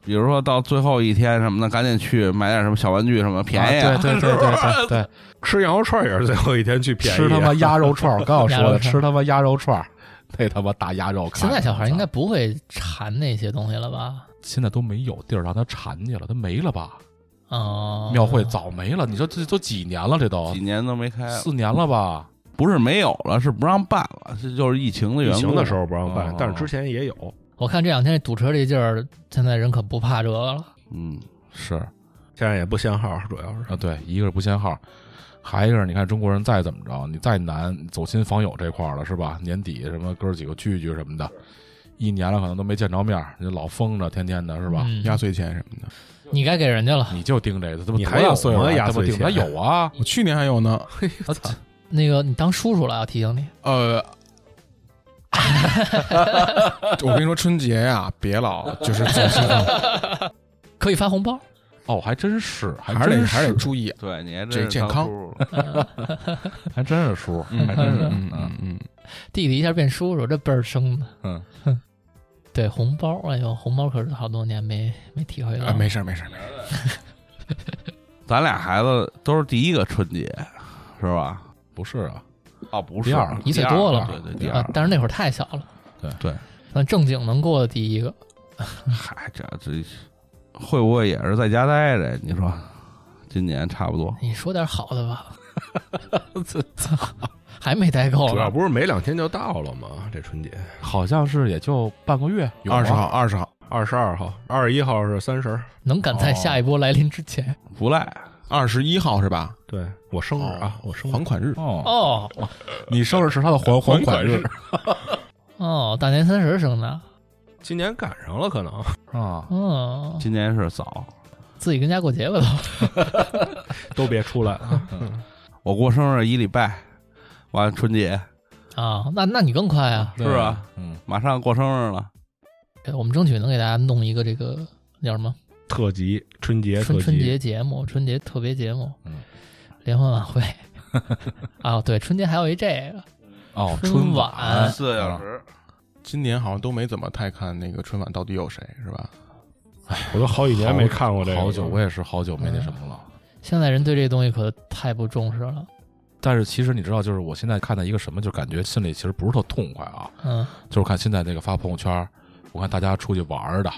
比如说到最后一天什么的，赶紧去买点什么小玩具什么， 便宜啊、啊对对对 对对对，吃羊肉串也是最后一天去便宜，啊吃他妈鸭肉串儿，我刚要啊鸭说肉 的，串儿吃他妈鸭肉串儿，那他妈大鸭肉看着。现在小孩应该我操不会馋那些东西了吧？现在都没有地儿让他馋去了，他没了吧？哦，庙会早没了，你说这都几年了，这 都几年都没开了，四年了吧？不是没有了，是不让办了，这就是疫情的疫缘故。情的时候不让办哦，但是之前也有。我看这两天堵车这劲儿，现在人可不怕这个了。嗯，是现在也不限号，主要是啊，对，一个是不限号，还一个是你看中国人再怎么着，你再难走亲访友这块儿了是吧？年底什么哥儿几个聚聚什么的，一年了可能都没见着面儿，你就老疯着，天天的是吧？嗯压岁钱什么的。你该给人家了。你就盯这个，他妈你多还有大岁数吗了？压他妈岁盯他钱有啊，我去年还有呢，那个，你当叔叔了，要提醒你。呃，我跟你说，春节呀、别老就是总是可以发红包，哦，还真是，还还是真得是，还是得注意。对，你还真这是健当康叔还真是叔， 嗯还真是，嗯嗯嗯， 弟弟一下变叔叔，这辈儿生的。嗯，对红包，哎呦，红包可是好多年没没体会到，啊，没事儿没事儿没事儿，咱俩孩子都是第一个春节，是吧？不是啊，哦，不是，第二一岁多了对对，第二啊，，但是那会儿太小了。对对，咱正经能过的第一个，嗨，这这会不会也是在家待着？你说今年差不多，你说点好的吧。还没待够主要哦呢，不是没两天就到了吗？这春节好像是也就半个月，有吗啊二十号，二十号，二十二号、二十一号是三十，能赶在下一波来临之前。不赖。二十一号是吧？对我生日啊，我生日还款日，哦，哦你生日是他的还还款日哦，大年三十生的，今年赶上了，可能啊，嗯，今年是早，自己跟家过节吧都。 都别出来 啊。我过生日一礼拜，完春节啊，那那你更快啊！是吧？嗯，马上过生日了，对我们争取能给大家弄一个这个叫什么特辑春节特春春辑，节节目、春节特别节目、嗯联欢晚会 啊，对，春节还有一这个哦，春晚晚，四个小时。今年好像都没怎么太看那个春晚到底有谁是吧？我都好几年没看过这个，好久，我也是好久嗯没那什么了。现在人对这东西可太不重视了。但是其实你知道，就是我现在看到一个什么，就感觉心里其实不是特痛快啊。嗯，就是看现在这个发朋友圈儿，我看大家出去玩儿的，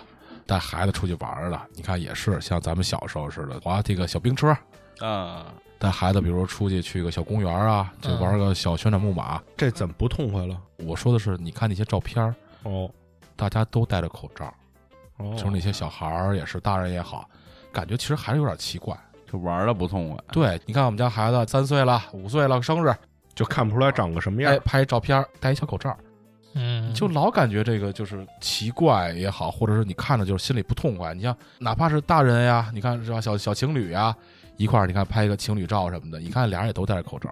带孩子出去玩儿的，你看也是像咱们小时候似的，划这个小冰车，啊，带孩子比如说出去去个小公园儿啊，就嗯玩个小旋转木马。这怎么不痛快了？我说的是，你看那些照片儿，哦，大家都戴着口罩，哦就是那些小孩儿也是，大人也好，感觉其实还是有点奇怪。就玩的不痛快。对，你看我们家孩子三岁了、五岁了，生日，就看不出来长个什么样哎，。拍照片儿戴一小口罩，嗯，就老感觉这个就是奇怪也好，或者是你看着就是心里不痛快。你像哪怕是大人呀，你看是吧，小小情侣呀，一块儿你看拍一个情侣照什么的，你看俩人也都戴着口罩，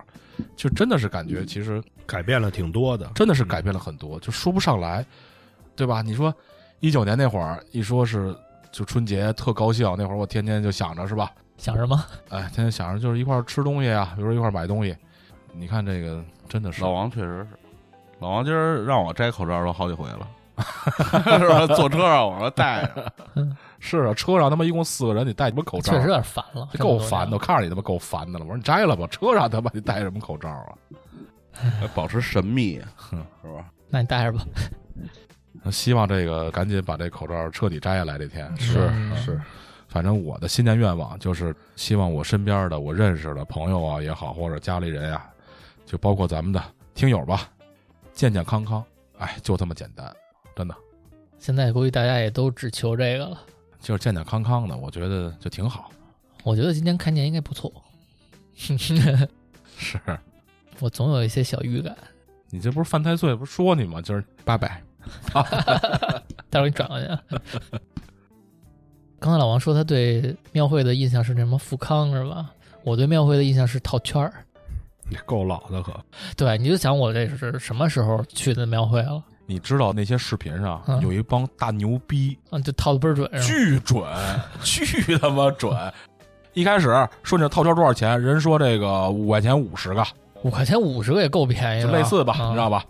就真的是感觉其实改变了挺多的。真的是改变了很多，就说不上来，对吧？你说一九年那会儿一说是就春节特高兴，那会儿我天天就想着是吧，想什么？哎，天天想着就是一块儿吃东西啊呀，比如说一块儿买东西，你看这个真的是老王确实是，老王今儿让我摘口罩都好几回 了，是吧？坐车上我说戴着，是啊，车上他妈一共四个人，你戴什么口罩？啊确实有点烦了，这这么够多年烦的，我。看着你他妈够烦的了。我说你摘了吧，车上他妈你戴什么口罩啊？ 保持神秘，哼是吧？那你戴着吧。希望这个赶紧把这口罩彻底摘下来。这天嗯是，反正我的新年愿望就是希望我身边的、我认识的朋友啊也好，或者家里人呀、就包括咱们的听友吧，健健康康。哎，就这么简单，真的现在估计大家也都只求这个了。就是健健康康的，我觉得就 挺好。我觉得今年开年应该不错， 是我总有一些小预感。你这不是犯太岁，不是说你吗？就是八百，待会儿给你转过去啊。刚才老王说他对庙会的印象是那什么富康是吧？我对庙会的印象是套圈儿。够老的可。对，你就想我这是什么时候去的庙会了？你知道那些视频上嗯有一帮大牛逼，嗯，就套的倍儿准是吧？巨准，巨他妈准！ 一开始说你这套圈多少钱，人说这个五块钱五十个，五块钱五十个也够便宜就的，类似吧，啊你知道吧？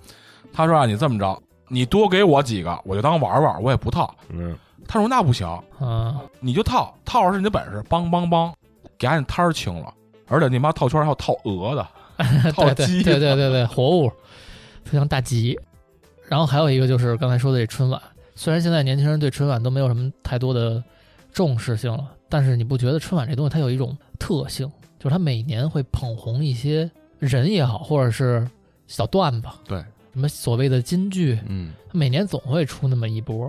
他说啊，你这么着，你多给我几个，我就当玩玩，我也不套。嗯，他说那不行，嗯，你就套，套着是你的本事，梆梆梆，给俺摊儿清了。而且你妈套圈还有套鹅的，套对对鸡对对对对，活物，特像大吉。然后还有一个就是刚才说的这春晚，虽然现在年轻人对春晚都没有什么太多的重视性了，但是你不觉得春晚这东西它有一种特性，就是它每年会捧红一些人也好，或者是小段子，对，什么所谓的金句，嗯，它每年总会出那么一波。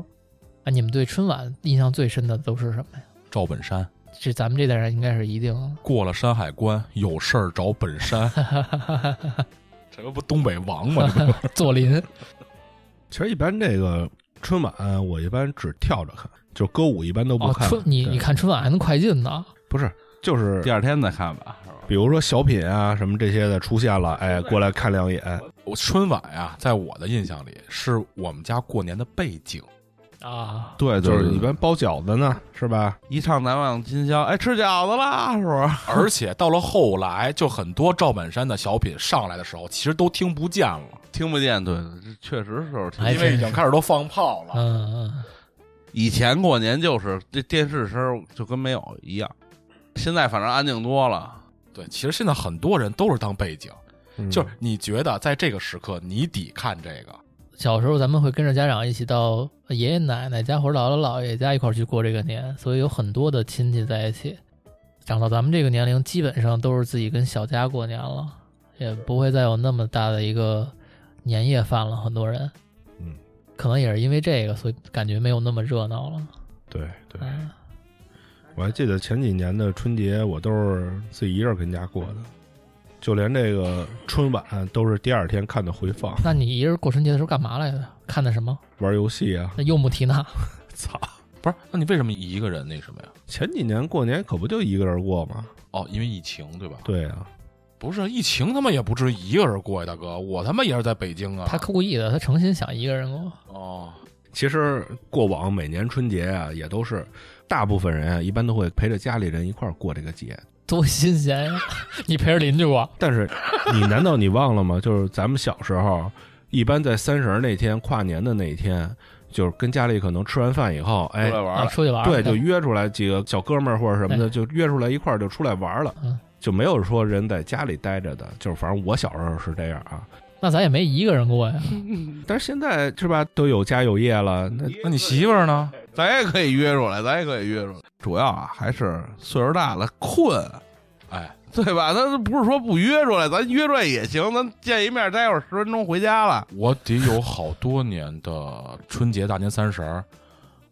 啊，你们对春晚印象最深的都是什么呀？赵本山这咱们这代人应该是一定 过了山海关，有事儿找本山，这不东北王吗？这不左林，其实一般这个春晚，我一般只跳着看，就歌舞一般都不哦，看。春你对你看春晚还能快进呢？不是就是第二天再看吧，是吧？比如说小品啊什么这些的出现了，哎，过来看两眼。啊我春晚呀、在我的印象里是我们家过年的背景，啊，对，对就是对一般包饺子呢，是吧？一唱难忘今宵，哎，吃饺子啦，是不是？而且到了后来，就很多赵本山的小品上来的时候，其实都听不见了，听不见，对，这确实是听哎因为已真经是开始都放炮了。嗯嗯，以前过年就是这电视声就跟没有一样，现在反正安静多了。对，其实现在很多人都是当背景，嗯就是你觉得在这个时刻你抵抗这个，小时候咱们会跟着家长一起到爷爷奶奶家或者姥姥姥爷家一块儿去过这个年，所以有很多的亲戚在一起。长到咱们这个年龄，基本上都是自己跟小家过年了，也不会再有那么大的一个年夜饭了。很多人，嗯，可能也是因为这个，所以感觉没有那么热闹了。对对，嗯，我还记得前几年的春节，我都是自己一个人跟家过的，就连这个春晚都是第二天看的回放，那你一人过春节的时候干嘛来着？看的什么？玩游戏啊。那柚木提娜操，不是？那你为什么一个人那什么呀？前几年过年可不就一个人过吗？哦，因为疫情对吧？对啊，不是疫情，他妈也不至于一个人过呀，大哥，我他妈也是在北京啊。他故意的，他诚心想一个人过。哦，其实过往每年春节啊，也都是大部分人啊，一般都会陪着家里人一块儿过这个节。多新鲜呀！你陪着邻居过，但是你难道你忘了吗？ 就是咱们小时候，一般在三十儿那天跨年的那一天，就是跟家里可能吃完饭以后，出哎来，玩啊，了，出去玩儿对，就约出来几个小哥们儿或者什么的，就约出来一块儿就出来玩儿了嗯，就没有说人在家里待着的。就是反正我小时候是这样啊，那咱也没一个人过 呀。但是现在是吧，都有家有业了，那那你媳妇儿呢？咱也可以约出来，咱也可以约出来。主要啊，还是岁数大了困，哎，对吧？咱不是说不约出来，咱约出来也行，咱见一面待会儿十分钟回家了。我得有好多年的春节大年三十儿，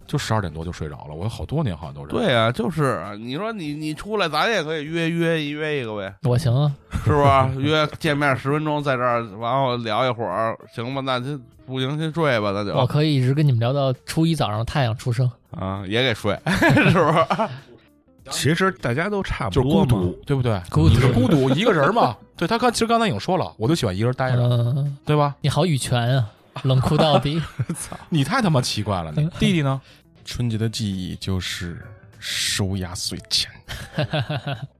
就十二点多就睡着了。我有好多年好像都是。对啊，就是你说你你出来，咱也可以约约一约一个呗，我行啊，是不是？约见面十分钟，在这儿完后聊一会儿，行吧？那就不行先睡吧，那就我可以一直跟你们聊到初一早上太阳出生。啊也给睡， 是不是？其实大家都差不就是多孤嘛独。，对不对？孤独你是孤独一个人嘛？对他刚其实刚才已经说了，我就喜欢一个人待着，嗯，对吧？你好羽泉啊，冷酷到 底。你太他妈奇怪了，你弟弟呢？春节的记忆就是收压岁钱。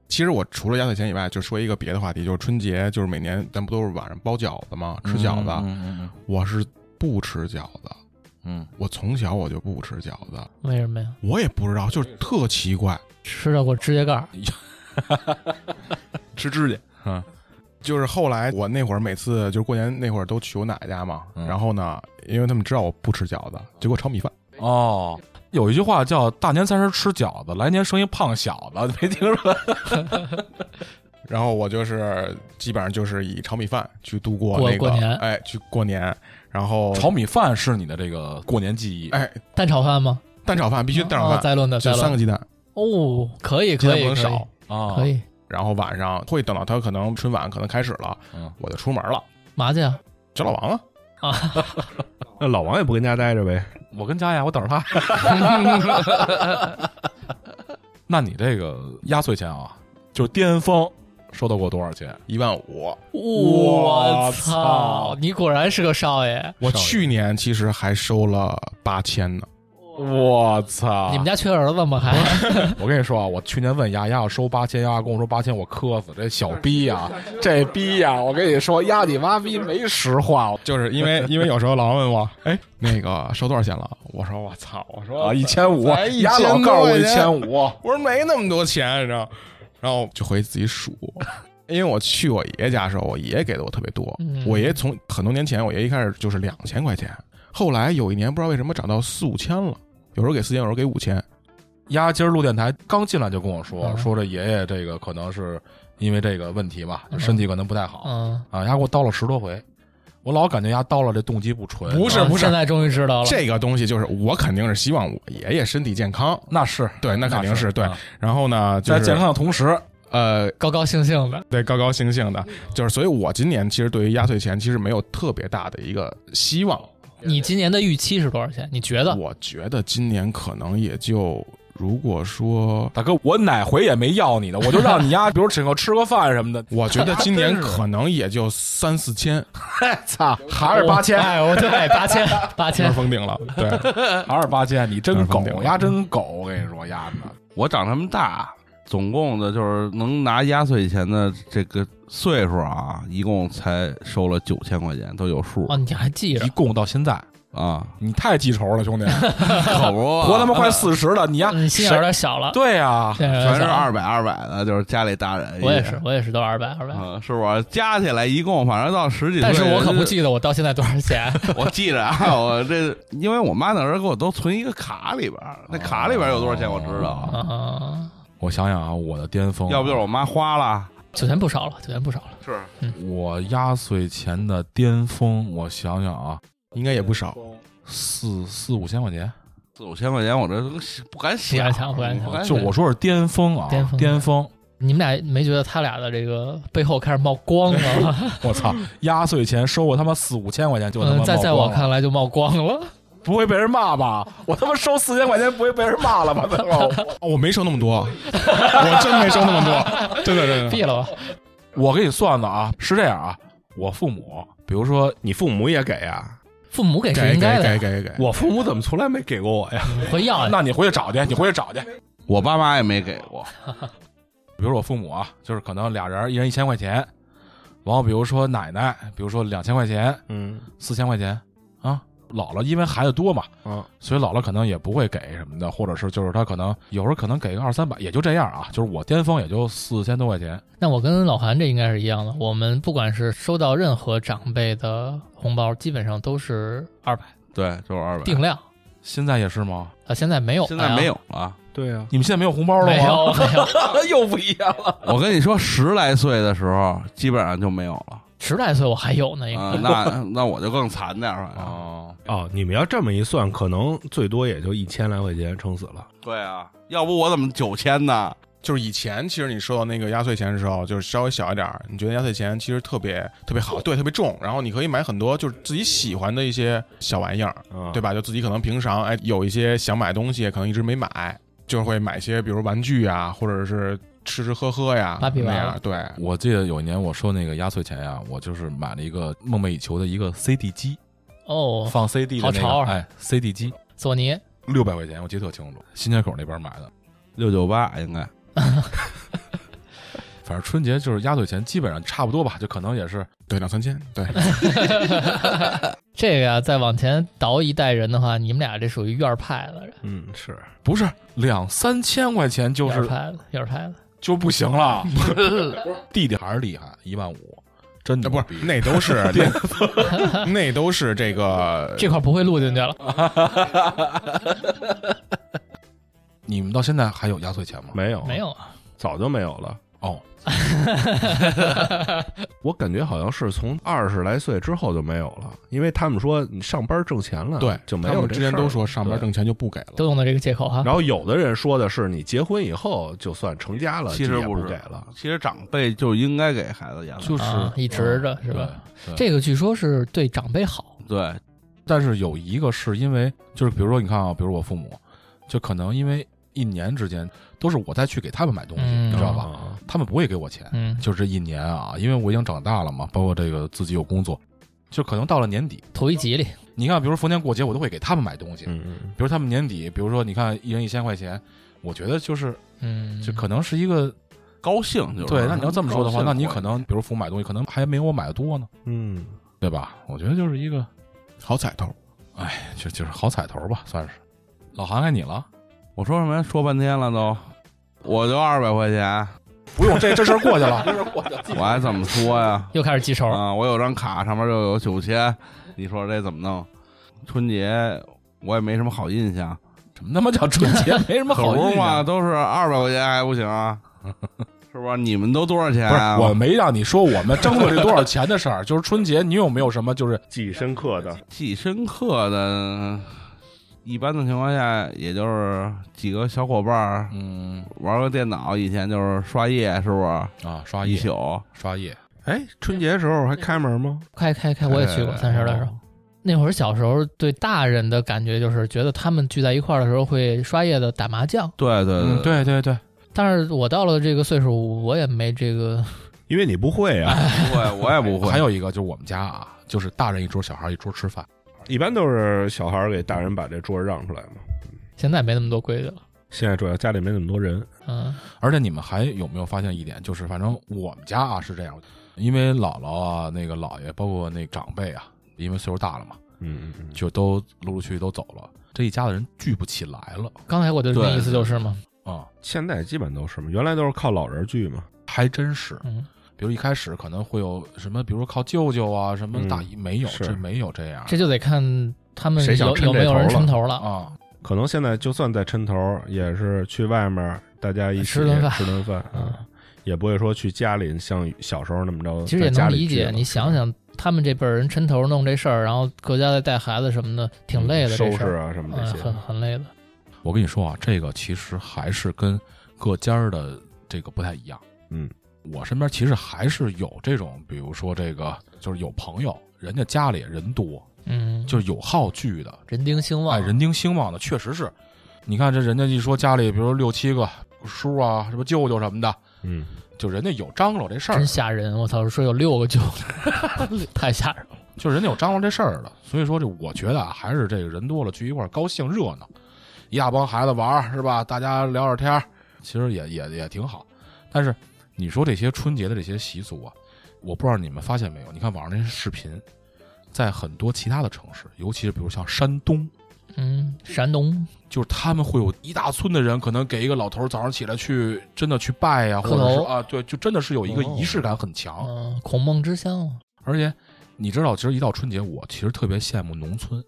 其实我除了压岁钱以外，就说一个别的话题，就是春节，就是每年咱不都是晚上包饺子吗？吃饺子，嗯嗯我是不吃饺子，嗯我从小我就不吃饺子，为什么呀？我也不知道，就是特奇怪，吃到过指甲盖儿，吃指甲。嗯就是后来我那会儿每次就是过年那会儿都去我奶奶家嘛，嗯然后呢，因为他们知道我不吃饺子，就给我炒米饭。嗯。哦，有一句话叫“大年三十吃饺子，来年生一胖小子”， 没听说？然后我就是基本上就是以炒米饭去度过过那个过年哎，去过年。然后炒米饭是你的这个过年记忆。哎蛋炒饭吗？蛋炒饭必须蛋炒哦饭，再论的，就再三论个的。鸡蛋，哦，可以，鸡蛋可不以，能可以少。啊，可以然后晚上会等到他可能春晚可能开始了，嗯我就出门了，麻 将。找老王啊。那老王也不跟家待着呗，我跟家呀，我等着他。哦那你这个压岁钱啊，就是巅峰收到过多少钱？一万五，我操操！啊你果然是个少爷。我去年其实还收了八千呢。我操你们家缺儿子吗？还我跟你说啊，我去年问丫丫要收八千，丫丫跟我说八千，我磕死这嗯小逼呀、这逼呀、我跟你说，丫你妈逼没实话哦就是 因为因为有时候老王问我，哎，那个收多少钱了？我说我操，我说啊！一千五，才一丫千老多告诉我块一千钱五， 我说没那么多钱，你知道？然后就回去自己数，因为我去我爷爷家的时候，我爷爷给的我特别多。嗯我爷爷从很多年前，我爷爷一开始就是两千块钱，后来有一年不知道为什么涨到四五千了，有时候给四千，有时候给五千。丫今儿录电台刚进来就跟我说，嗯说这爷爷这个可能是因为这个问题吧，就身体可能不太好、嗯，啊。丫给我叨了十多回，我老感觉丫叨了这动机不纯。不是啊不是现在终于知道了。这个东西就是我肯定是希望我爷爷身体健康，那是对，那肯定是是对啊。然后呢，就在健是康的同时，呃，高高兴兴的，对，高高兴兴的，就是所以，我今年其实对于压岁钱其实没有特别大的一个希望。你今年的预期是多少钱？你觉得？我觉得今年可能也就如果说大哥，我哪回也没要你的，我就让你丫，比如请个吃个饭什么的。我觉得今年真是可能也就三四千，操，还是八千，哎，我就哎八千八就是千，封顶了。对，还是八千，你真狗那是疯，了丫真狗，我跟你说，丫的。我长这么大，总共的就是能拿压岁钱的这个岁数啊，一共才收了九千块钱，都有数哦，你还记着一？共到现在，哦 啊。你太记仇了，兄弟，可不，啊活他妈快四十了，你呀，嗯你心眼儿有谁点小了，对呀，心眼儿有点全是小了二百二百的，就是家里大人。我也是，我也是都二百二百，啊，是不是？加起来一共，反正到十几岁，但是我可不记得我到现在多少钱。 我记 着啊，我这因为我妈那时候给我都存一个卡里边儿，那卡里边儿有多少钱我知道，啊，嗯我想想啊，我的巅哦峰，要不就是我妈花了，九千不少了，九千不少了。是我压岁钱的巅峰，我想想啊，应该也不少。四四五千块钱，四五千块钱，我这都不敢想，不敢想不敢想不敢就我说是巅峰啊，巅峰巅峰，你们俩没觉得他俩的这个背后开始冒光了 吗？我操，压岁钱收过他妈四五千块钱，就他妈嗯，在冒在光我了看来就冒光 了。不会被人骂吧？ 我他妈收四千块钱不会被人骂了吧？哦，我没收那么多， 我真没收那么多，真的 真的。毙了 吧！我给你算算啊，是这样啊，我父母，比如说你父母也给啊？父母给是给应该给的，给给给，我父母怎么从来没给过我呀？回要呀。啊那你回去找去，你回去找去。我爸妈也没给过，比如说我父母啊，就是可能俩人一人一千块钱，然后比如说奶奶，比如说两千块钱、嗯，四千块钱啊。老了，因为孩子多嘛，嗯，所以老了可能也不会给什么的，或者是就是他可能有时候可能给个二三百，也就这样啊。就是我巅峰也就四千多块钱，那我跟老韩这应该是一样的。我们不管是收到任何长辈的红包，基本上都是二百对，就是二百，定量。现在也是吗？啊，现在没有了现呀，在没有了。对啊，你们现在没有红包了吗？没有没有，又不一样了。我跟你说，十来岁的时候基本上就没有了十来岁我还有呢，应该啊、 那那我就更惨点儿了。哦，哦，你们要这么一算，可能最多也就一千来块钱撑死了。对啊，要不我怎么九千呢？就是以前其实你收到那个压岁钱的时候，就是稍微小一点儿，你觉得压岁钱其实特别特别好，对，特别重，然后你可以买很多就是自己喜欢的一些小玩意儿，啊对吧？就自己可能平常哎有一些想买东西，可能一直没买，就会买一些比如玩具啊，或者是吃吃喝喝呀，芭比娃那娃样对。我记得有一年我收那个压岁钱呀、我就是买了一个梦寐以求的一个 CD 机，哦，放 CD 的那好潮个，啊哎，CD 机索尼六百块钱，我记得特清楚，新街口那边买的。六九八应该反正春节就是压岁钱，基本上差不多吧，就可能也是对，两三千，对，这个呀、再往前倒一代人的话，你们俩这属于院儿派的人，嗯，是不是两三千块钱就院儿是派的，院儿派的。就不行了。弟弟还是厉害，一万五，真的那不是那都是那那都是这个这块不会录进去了。你们到现在还有压岁钱吗？ 没有没，有啊， 早就没有了。哦，我感觉好像是从二十来岁之后就没有了，因为他们说你上班挣钱了，对，嗯就没他有们这之事儿前都了说上班。挣钱就不给了，都用的这个借口哈对。然后有的人说的是你结婚以后就算成家了，其就实也不是给了。其实长辈就应该给孩子压岁钱，就是、啊一直的是吧对？对这个据说是对长辈好，对，但是有一个是因为，就是比如说你看啊，比如我父母，就可能因为一年之间都是我再去给他们买东西，嗯你知道吧？吧？他们不会给我钱，嗯，就这一年啊，因为我已经长大了嘛，包括这个自己有工作，就可能到了年底，头一集里，你看，比如逢年过节我都会给他们买东西，嗯嗯，比如他们年底，比如说你看一人一千块钱，我觉得就是嗯，就可能是一个、高兴嗯就是。对。那你要这么说的话，高兴那你可能比如父母买东西，可能还没有我买的多呢，嗯，对吧？我觉得就是一个 好彩头。就就是好彩头吧，算是。老韩该你了。我说什么呀？说半天了都，我就二百块钱，不用，这这事儿过去了， 这事过去了。我还怎么说 呀？又开始记仇。啊，我有张卡，上面就有九千，你说这怎么弄？春节我也没什么好印象，什么他妈叫春 节？没什么可好啊不印嘛，象。都是二百块钱还不行 啊？是不是？你们都多少钱不是啊？，我没让你说我们争论这多少钱的事儿，就是春节你有没有什么就是记忆深刻的，记忆深刻的，一般的情况下，也就是几个小伙伴儿嗯玩个电脑，以前就是刷夜，是不是？啊刷一夜宿刷夜，哎，春节时候还开门吗？开开开，我也去过哎三十的时候，那会儿小时候对大人的感觉就是觉得他们聚在一块儿的时候会刷夜的打麻将，对对嗯，，对对对，但是我到了这个岁数，我也没这个因为你不会啊，不会，我也不会。嗯还有一个就是我们家啊，就是大人一桌，小孩一桌吃饭。一般都是小孩儿给大人把这桌儿让出来嘛。现在没那么多规矩了。现在主要家里没那么多人，嗯，而且你们还有没有发现一点？就是反正我们家啊是这样，因为姥姥啊、那个姥爷，包括那长辈啊，因为岁数大了嘛，嗯，嗯就都陆陆续续都走了，这一家子人聚不起来了刚才我就对那意思就是嘛，啊、现在基本都是嘛，原来都是靠老人聚嘛。还真是。嗯，比如一开始可能会有什么，比如靠舅舅啊，什么大姨、没有，是这没有这样这就得看他们啊谁想有抻有没这有头人了抻头了。啊。可能现在就算在抻头儿，也是去外面儿大家一起吃顿饭嗯吃顿饭啊，也不会说去家里像小时候那么着。其实也在家能里理聚嗯解，了你想想，他们这辈儿人抻头弄这事儿，然后各家再带孩子什么的，挺累的收这事拾儿，啊什么这嗯，些很，很累的。我跟你说啊，这个其实还是跟各家儿的这个不太一样。嗯，我身边其实还是有这种，比如说这个就是有朋友，人家家里人多，嗯，就是有好聚的，人丁兴哎，旺，人丁兴旺的，确实是。你看这人家一说家里，比如六七个叔啊，什么舅舅什么的，嗯，就人家有张罗这事儿啊真，吓人！我操，说有六个舅， 太吓人了。就人家有张罗这事儿了。所以说这，我觉得啊，还是这个人多了聚一块儿高兴热闹，一大帮孩子玩儿是吧？大家聊聊天儿，其实也也也挺好。但是你说这些春节的这些习俗啊，我不知道你们发现没有？你看网上那些视频，在很多其他的城市，尤其是比如像山东，嗯，山东就是他们会有一大村的人，可能给一个老头儿早上起来去真的去拜呀、或磕者是头哦啊，对，就真的是有一个仪式感很强。嗯、孔孟之乡，而且你知道，其实一到春节，我其实特别羡慕农村，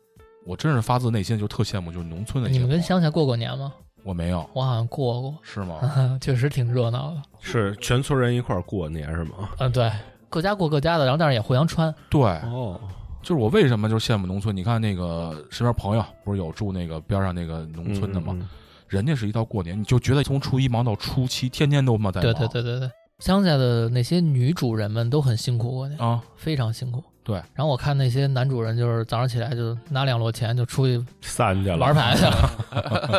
我真是发自内心就特羡慕，就是农村的你节们目。跟乡下过过年吗？我没有，我好像过过， 是吗？确实挺热闹的。是全村人一块儿过年是吗？嗯，对，各家过各家的，然后但是也互相穿。对，哦，就是我为什么就羡慕农村？你看那个身边朋友不是有住那个边上那个农村的吗？嗯？嗯嗯人家是一到过年，你就觉得从初一忙到初七，天天都他妈哎在忙。对对对对对，乡下的那些女主人们都很辛苦过年，啊，非常辛苦。对然后我看那些男主人，就是早上起来就拿两摞钱就出去散去了，玩牌去了。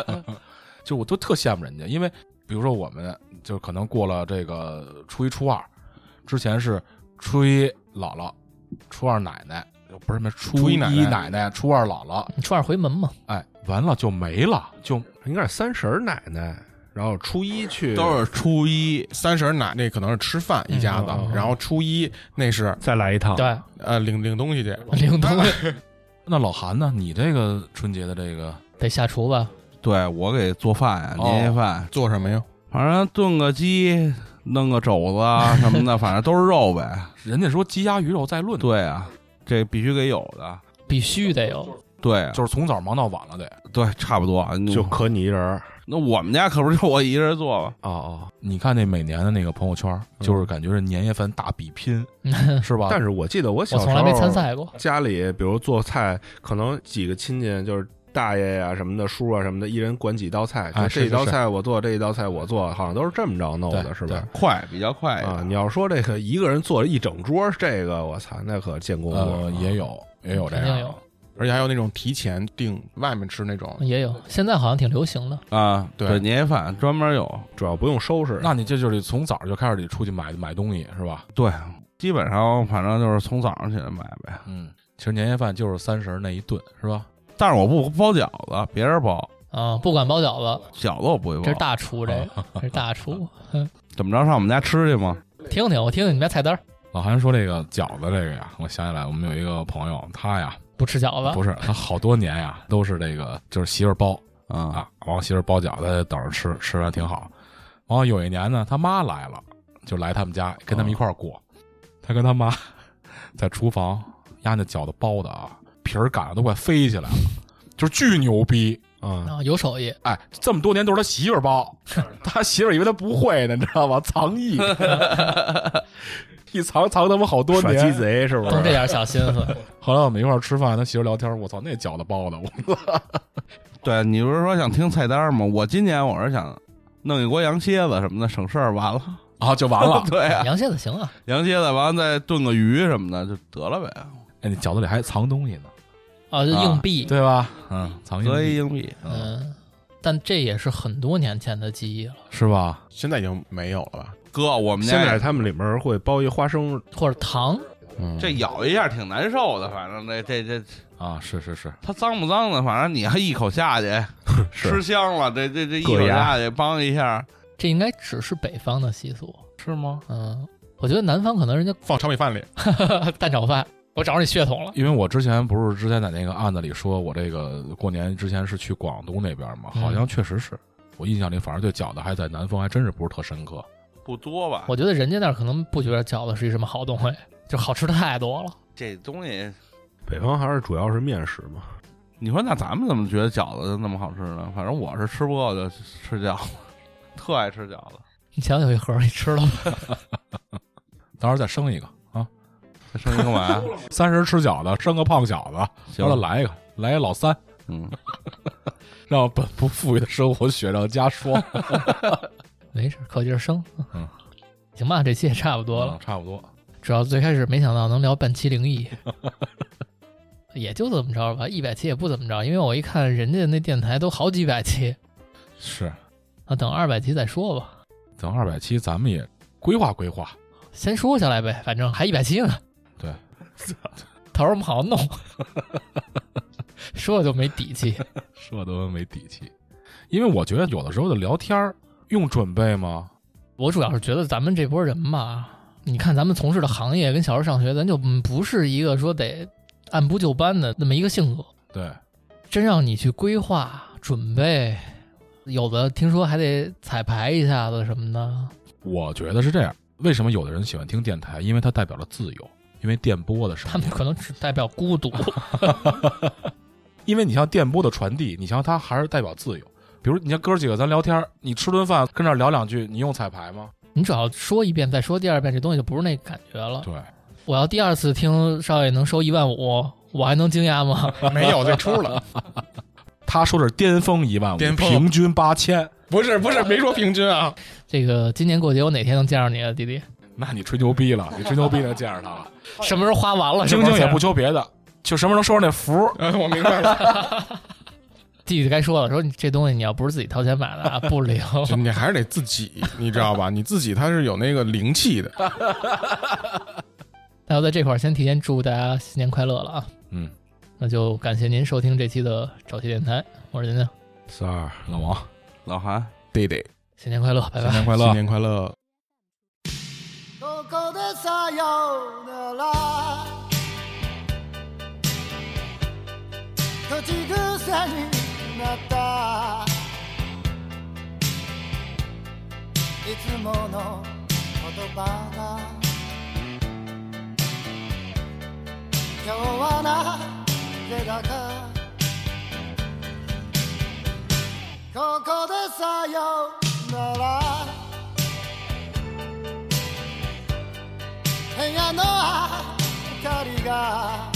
就我都特羡慕人家，因为比如说我们就可能过了这个初一初二，之前是初一姥姥，初二奶奶，不是什么初初一一奶奶奶奶，初二姥姥， 初二回门嘛，哎，完了就没了，就应该是三十儿奶奶，然后初一去都是初一三十儿奶那可能是吃饭一家子，嗯嗯嗯然后初一那是再来一趟，对，呃领领东西去，领东西那老韩呢？你这个春节的这个得下厨吧。对我给做饭呀，哦年夜饭，做什么呀？反正炖个鸡，弄个肘子啊什么的，反正都是肉 呗。人家说鸡鸭鱼肉再论，，对啊，这必须得有的。必须得有，对啊，就是从早忙到晚了得。对，差不多。就可你一人儿。那我们家可不是就我一人做吗？哦哦，你看那每年的那个朋友圈，就是感觉是年夜饭大比 拼，嗯是吧？但是我记得我小我时候从来没参赛过。家里比如做菜，可能几个亲戚就是大爷呀、什么的、叔啊什么的，一人管几道菜，哎就是这一道是是菜我做，这一道菜我做，好像都是这么着弄的，对是吧？快，比较快啊，你要说这个一个人做一整桌，这个我操，那可见功夫了、呃，也有也有这肯定样有，而且还有那种提前订外面吃那种，也有，现在好像挺流行的。啊！对对，年夜饭专门有。主要不用收拾。那你这就是从早就开始得出去买买东西，是吧？对，基本上反正就是从早上起来买呗。嗯，其实年夜饭就是三十儿那一顿，是吧？但是我不包饺子，别人包啊、不管包饺子，饺子我不会包。这是大厨，这个这是大厨。怎么着上我们家吃去吗？听听，我听听你们家菜单儿，老韩说这个饺子这个呀，我想起来，我们有一个朋友，他呀不吃饺啊子，不是他好多年呀都是这个就是媳妇儿包啊啊，完媳妇儿包饺子等着吃，吃完挺好。完后有一年呢，他妈来了，就来他们家跟他们一块儿过，他跟他妈 在厨房压那饺子包的啊，皮儿擀的都快飞起来了，就是巨牛逼。啊，啊，有手艺，哎，这么多年都是他媳妇儿包，他媳妇儿以为他不会呢，你知道吗？藏艺， 一藏藏他妈好多耍鸡年。贼是不都这是？点小心思。后来我们一块儿吃饭，他媳妇儿聊天，我操，那饺子包的，我对，你不是说想听菜单吗？我今年我是想弄一锅羊蝎子什么的，省事儿完了。。啊就完 了对啊，羊蝎子行啊，羊蝎子完了再炖个鱼什么的就得了呗。哎，那饺子里还藏东西呢，啊，就硬币，对吧？嗯，藏硬隔一币啊硬币，嗯，但这也是很多年前的记忆了，是吧？现在已经没有了吧？哥，我们现家在他们里面会包一花生，或者糖，嗯，这咬一下挺难受的，反正这这这啊，是是是，它脏不脏的，反正你要一口下去，吃香了，这这这一硌口牙下去，梆一下，这应该只是北方的习俗。是吗？嗯，我觉得南方可能人家放炒米饭里， 蛋炒饭，我找着你血统了。因为我之前不是之前在那个案子里说，我这个过年之前是去广东那边嘛，嗯好像确实是。我印象里，反正对饺子还在南方，还真是不是特深刻。不多吧？我觉得人家那儿可能不觉得饺子是一什么好东 西，就好吃的太多了。这东西，北方还是主要是面食嘛。你说那咱们怎么觉得饺子那么好吃呢？反正我是吃不够就吃饺子， 特爱吃饺子。你前有一盒，你吃 了吗？到时候再生一个啊，这声音干嘛呀？三十吃饺子，生个胖小子，行完了，来一个，来一老三，嗯，让本不富裕的生活雪上加 霜。没事，可劲儿生。嗯，行吧，这期也差不多了。嗯差不多。主要最开始没想到能聊半期灵 异，也就这么着吧，一百期也不怎么着，因为我一看人家那电台都好几百期，是，那等二百期再说吧。等二百期咱们也规划规划。先说下来呗，反正还一百期呢。 对，到时候我们好好 弄。说的就没底气，说的没底气，因为我觉得有的时候的聊天儿用准备吗？我主要是觉得咱们这波人吧，你看咱们从事的行业跟小时候上学，咱就嗯不是一个说得按部就班的那么一个性格。对，真让你去规划准备，有的听说还得彩排一下子什么的。 我觉得是这样。为什么有的人喜欢听电台？因为它代表了自由，因为电波的声他音们。可能只代表孤 独，因为你像电波的传递，你像它还是代表自由。比如你像哥几个咱聊天儿，你吃顿饭跟这儿聊两句，你用彩排吗？你只要说一遍再说第二遍，这东西就不是那感觉了。对，我要第二次听少爷能收一万五，我还能惊讶 吗？没有这出了，他说的是巅峰一万五，巅峰平均八千，不是不是，没说平均啊，这个今年过节我哪天能见着你啊，弟弟？那你吹牛逼了，你吹牛逼能见着他了。什么时候花完了？什晶么晶时也候不求别的，就什么时候收拾那福儿，呃我明 白了，弟弟该说了，说你这东西你要不是自己掏钱买的啊，不灵。就你还是得自己，你知道吧？你自己它是有那个灵 气的，那我在这块儿先提前祝大家新年快乐了啊！嗯，那就感谢您收听这期的找气电台，我是晶晶，三儿，老王，老韩。对对，新年快乐，拜拜新。年快乐！新年快乐。高高的撒哟那拉，可几个山里那大，いつもの言葉が。今日はなぜだか。ここでさよなら。部屋の明かりが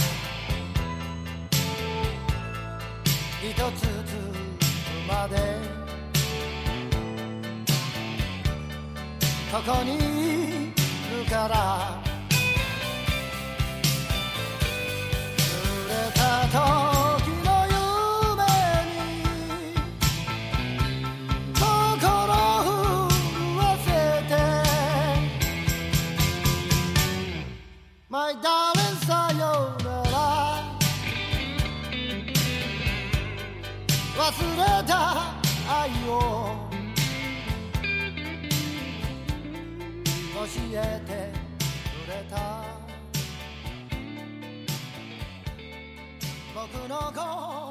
一つずつまでここにいるから濡れた時の夢に心震わせて My darling さようなら忘れた愛を教えてくれた僕の心